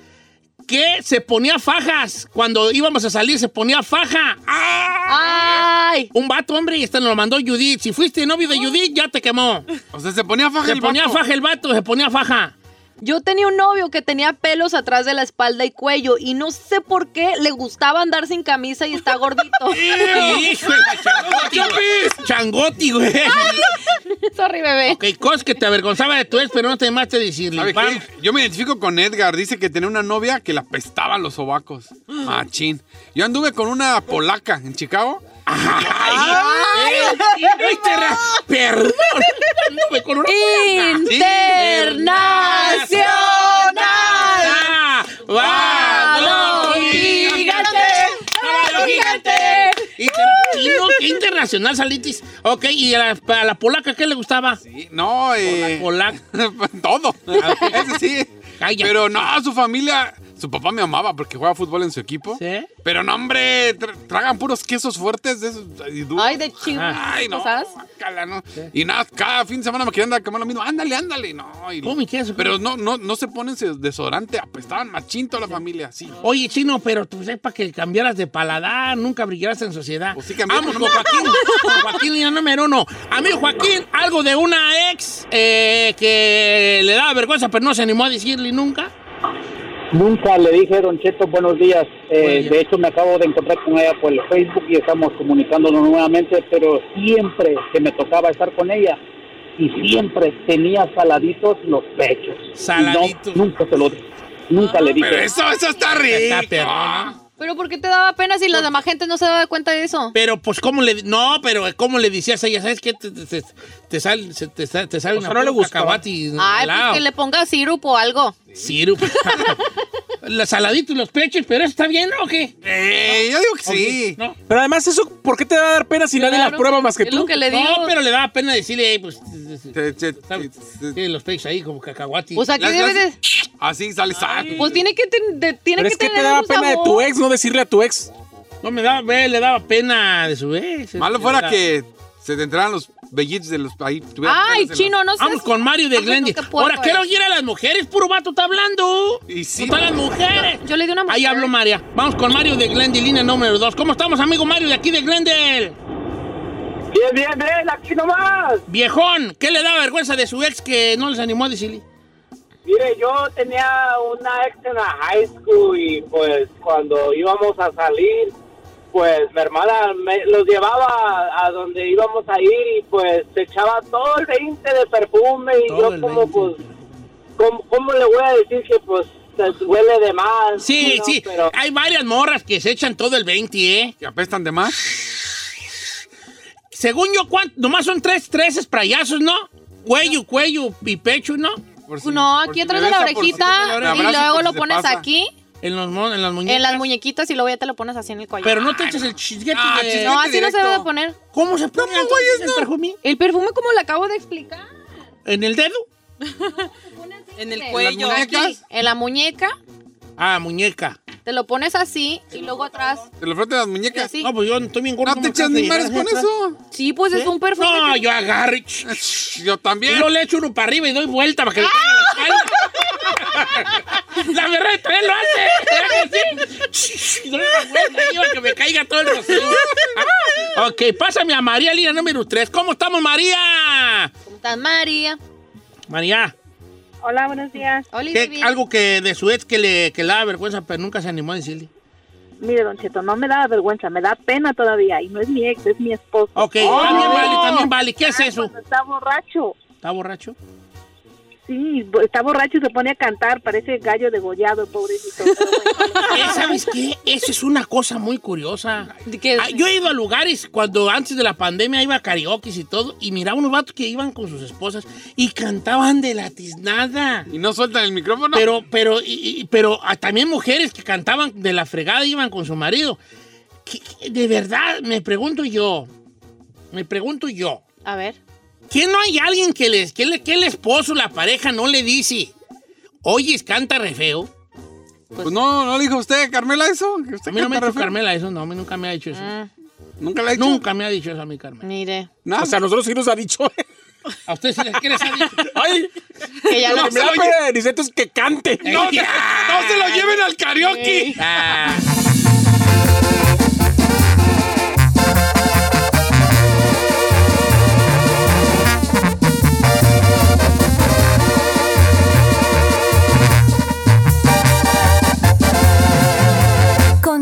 S1: que se ponía fajas. Cuando íbamos a salir se ponía faja. ¡Ah!
S2: ¡Ay!
S1: Un vato, hombre, y este nos lo mandó Judith. Si fuiste novio de Judith, ya te quemó.
S3: O sea, se ponía faja
S1: Se
S3: el
S1: ponía
S3: vato.
S1: faja el vato, se ponía faja.
S2: Yo tenía un novio que tenía pelos atrás de la espalda y cuello y no sé por qué le gustaba andar sin camisa y está gordito.
S1: ¡Hijo de la changoti, güey! ¡Changoti, güey!
S2: Sorry, bebé.
S1: Ok, cosas que te avergonzaba de tu ex, pero no te más de decirle.
S3: ¿Sabe
S1: Vamos.
S3: qué? Yo me identifico con Edgar. Dice que tenía una novia que la pestaban los sobacos.
S1: Mm.
S3: Machín. Yo anduve con una polaca en Chicago.
S1: ¡Ay! ¡Ay, te ra- ¡Perdón! Anduve con una
S2: ¡Internacional!
S1: ¡Ah! ¡Vado, ¡Vado, gigante! Inter- y no, qué internacional salitis. Ok, ¿y a la, a la polaca qué le gustaba?
S3: Sí, no, eh.
S1: Polaca. Ah,
S3: Todo. Ese sí.
S1: Cállate.
S3: Pero no, su familia. Su papá me amaba porque juega fútbol en su equipo.
S1: ¿Sí?
S3: Pero no, hombre, tra- tragan puros quesos fuertes de esos. Y duros.
S2: Ay, de chivas.
S3: Ay, no.
S2: Ah. cosas.
S3: guácala, no. Y nada, cada fin de semana me querían dar como lo mismo. Ándale, ándale. No, y-
S1: ¿Cómo y qué eso?
S3: Pero no, no, no se ponen se- desodorante. ah, pues, Apestaban machín toda la familia. Sí.
S1: Oye, chino, pero tú sepas que cambiaras de paladar, nunca brillarás en sociedad.
S3: Pues sí cambié,
S1: Vamos
S3: pero
S1: con
S3: no me-
S1: Joaquín, con Joaquín línea número uno. Amigo Joaquín, algo de una ex eh, que le daba vergüenza, pero no se animó a decirle nunca.
S9: Nunca le dije, Don Cheto, buenos días. Eh,
S1: Buenos días.
S9: de hecho, me acabo de encontrar con ella por el Facebook y estamos comunicándonos nuevamente, pero siempre que me tocaba estar con ella y siempre tenía saladitos los pechos.
S1: Saladitos.
S9: No, nunca se lo Nunca le dije.
S3: Pero eso, eso está rico.
S1: Está perrón.
S2: Pero ¿por qué te daba pena si la demás gente no se daba cuenta de eso?
S1: Pero, pues, ¿cómo le.? No, pero, ¿cómo le decías a ella? ¿Sabes qué? Te, te, te- te sale, se- te, sa- te sale
S4: O
S3: Pues
S1: una
S4: sea, no le gustó.
S1: cacahuate y
S2: Ay, pues
S1: helado.
S2: que le ponga sirup o algo.
S1: Sirup. pues, La saladito y los pechos, pero eso está bien, ¿o qué?
S3: Eh, yo digo que
S1: ¿O
S3: sí.
S1: qué? No.
S4: Pero además, ¿eso por qué te va a dar pena si nadie
S2: Claro,
S4: la prueba más que
S2: Es lo
S4: tú?
S2: que le digo.
S1: No, pero le daba pena decirle, "Ey, pues.
S3: Te- te-
S1: ¿sabes?
S3: te- te-
S1: Tiene los pechos ahí como cacahuate.
S2: Pues aquí
S3: Las-
S2: debe
S3: las-
S2: de...
S3: Así sale sal.
S2: Pues tiene que, ten- de- tiene
S4: Pero
S2: que
S4: es que
S2: tener
S4: te daba
S2: un
S4: pena de tu
S2: sabor.
S4: ex no decirle a tu ex.
S1: No me daba, ve, le daba pena de su vez.
S3: Malo fuera que se te entraran los bellitos de los ahí. tuvieran
S2: Ay,
S3: pelos en los-
S2: chino, no sé.
S1: Vamos con Mario de
S2: Ay, no,
S1: Glendy.
S2: qué puerco
S1: Ahora, quiero
S2: eres.
S1: oír a las mujeres, puro vato está hablando.
S3: Y sí.
S1: Todas las mujeres.
S2: Yo le di una
S1: Ahí
S2: mujer.
S1: habló María. Vamos con Mario de Glendy, línea número 2. ¿Cómo estamos, amigo Mario de aquí de Glendale?
S9: Bien, bien, bien, aquí nomás.
S1: Viejón, ¿qué le da vergüenza de su ex que no les animó a decirle?
S9: Mire, yo tenía una ex en la high school y pues cuando íbamos a salir, pues mi hermana me- los llevaba a, a donde íbamos a ir y pues se echaba todo el 20 de perfume y
S1: Todo el
S9: yo como
S1: 20.
S9: pues, ¿cómo, cómo le voy a decir que pues se huele de más?
S1: Sí,
S9: ¿no?
S1: sí.
S9: Pero
S1: Hay varias morras que se echan todo el 20, ¿eh?
S3: Que apestan de más.
S1: Según yo, ¿cuánto? Nomás son tres, tres esprayazos, ¿no? cuello, cuello y pecho, ¿no?
S3: Por si-
S2: No,
S3: por
S2: aquí
S3: si
S2: atrás
S3: le
S2: de la
S3: besa, por si te
S2: orejita
S3: le abraza,
S2: y
S3: por
S2: luego
S3: si
S2: lo
S3: se
S2: pones
S3: pasa.
S2: aquí
S1: En, los mon- en las muñecas.
S2: en las muñequitas y luego ya te lo pones así en el cuello.
S1: Pero no te eches el chisguete.
S3: Ah,
S1: de-
S3: chisguete.
S2: no, así no se
S3: directo.
S2: debe de poner.
S1: ¿Cómo se pone
S3: ¿Cómo, güey,
S1: entonces el
S3: eso?
S1: perfume?
S2: El perfume, como lo acabo de explicar.
S1: ¿En el dedo?
S6: En el
S2: ¿Las
S6: cuello.
S2: Aquí, en la muñeca,
S1: Ah, muñeca.
S2: te lo pones así y luego atrás.
S3: Te lo frotas las
S2: y
S3: muñecas.
S2: así.
S1: No, pues yo estoy bien gordo.
S3: No te echas
S1: alcanza
S3: ni
S1: a llegar
S3: mares
S1: así
S3: con
S1: atrás.
S3: eso.
S2: Sí, pues es un perfume.
S1: No,
S2: que-
S1: yo agarro y...
S3: Yo
S1: Y
S3: también.
S1: luego le echo uno para arriba y doy vuelta para que le caiga en la espalda. la verdad, también lo ¿eh? hace. y doy una vuelta y que me caiga todo el rocío. Ah, ok, pásame a María, línea número 3. ¿Cómo estamos, María?
S2: ¿Cómo estás, María?
S1: María,
S10: Hola, buenos días.
S2: Hola,
S1: ¿qué-
S2: baby.
S1: algo que de su ex que le, que le da vergüenza, pero nunca se animó a decirle.
S10: Mire, Don Cheto, no me da vergüenza, me da pena todavía. Y no es mi ex, es mi esposo.
S1: Ok,
S2: Oh.
S1: también vale, también vale. ¿Qué es
S10: Ah,
S1: eso?
S10: cuando Está borracho.
S1: ¿Está borracho?
S10: Sí, bo- está borracho y se pone a cantar. Parece gallo degollado, pobrecito. Pero bueno.
S1: Eh, ¿Sabes qué? Eso es una cosa muy curiosa.
S2: ¿Qué?
S1: Ah, yo he ido a lugares cuando antes de la pandemia iba a karaoke y todo, y miraba unos vatos que iban con sus esposas y cantaban de la tiznada.
S3: Y no sueltan el micrófono.
S1: Pero, pero, y- y- pero ah, también mujeres que cantaban de la fregada iban con su marido. ¿Qué- qué- De verdad, me pregunto yo, me pregunto yo,
S2: A ver.
S1: ¿qué no hay alguien que les, que, le- que el esposo, la pareja, no le dice, oyes, canta re feo?
S3: Pues no, no le dijo usted, Carmela, eso. que
S1: A
S3: usted
S1: mí no me ha dicho
S3: canta re feo.
S1: Carmela eso, no, a mí nunca me ha dicho eso.
S3: Nunca le ha dicho.
S1: Nunca me ha dicho eso a mí, Carmela.
S2: Mire.
S3: Nada.
S4: O sea, nosotros sí nos ha dicho.
S1: ¿A ustedes sí les, qué les ha dicho?
S4: Ay,
S2: Que ya
S4: lo
S2: no.
S4: que me da pena de Niceto es que cante.
S1: No,
S3: no se lo lleven al karaoke.
S1: Ah.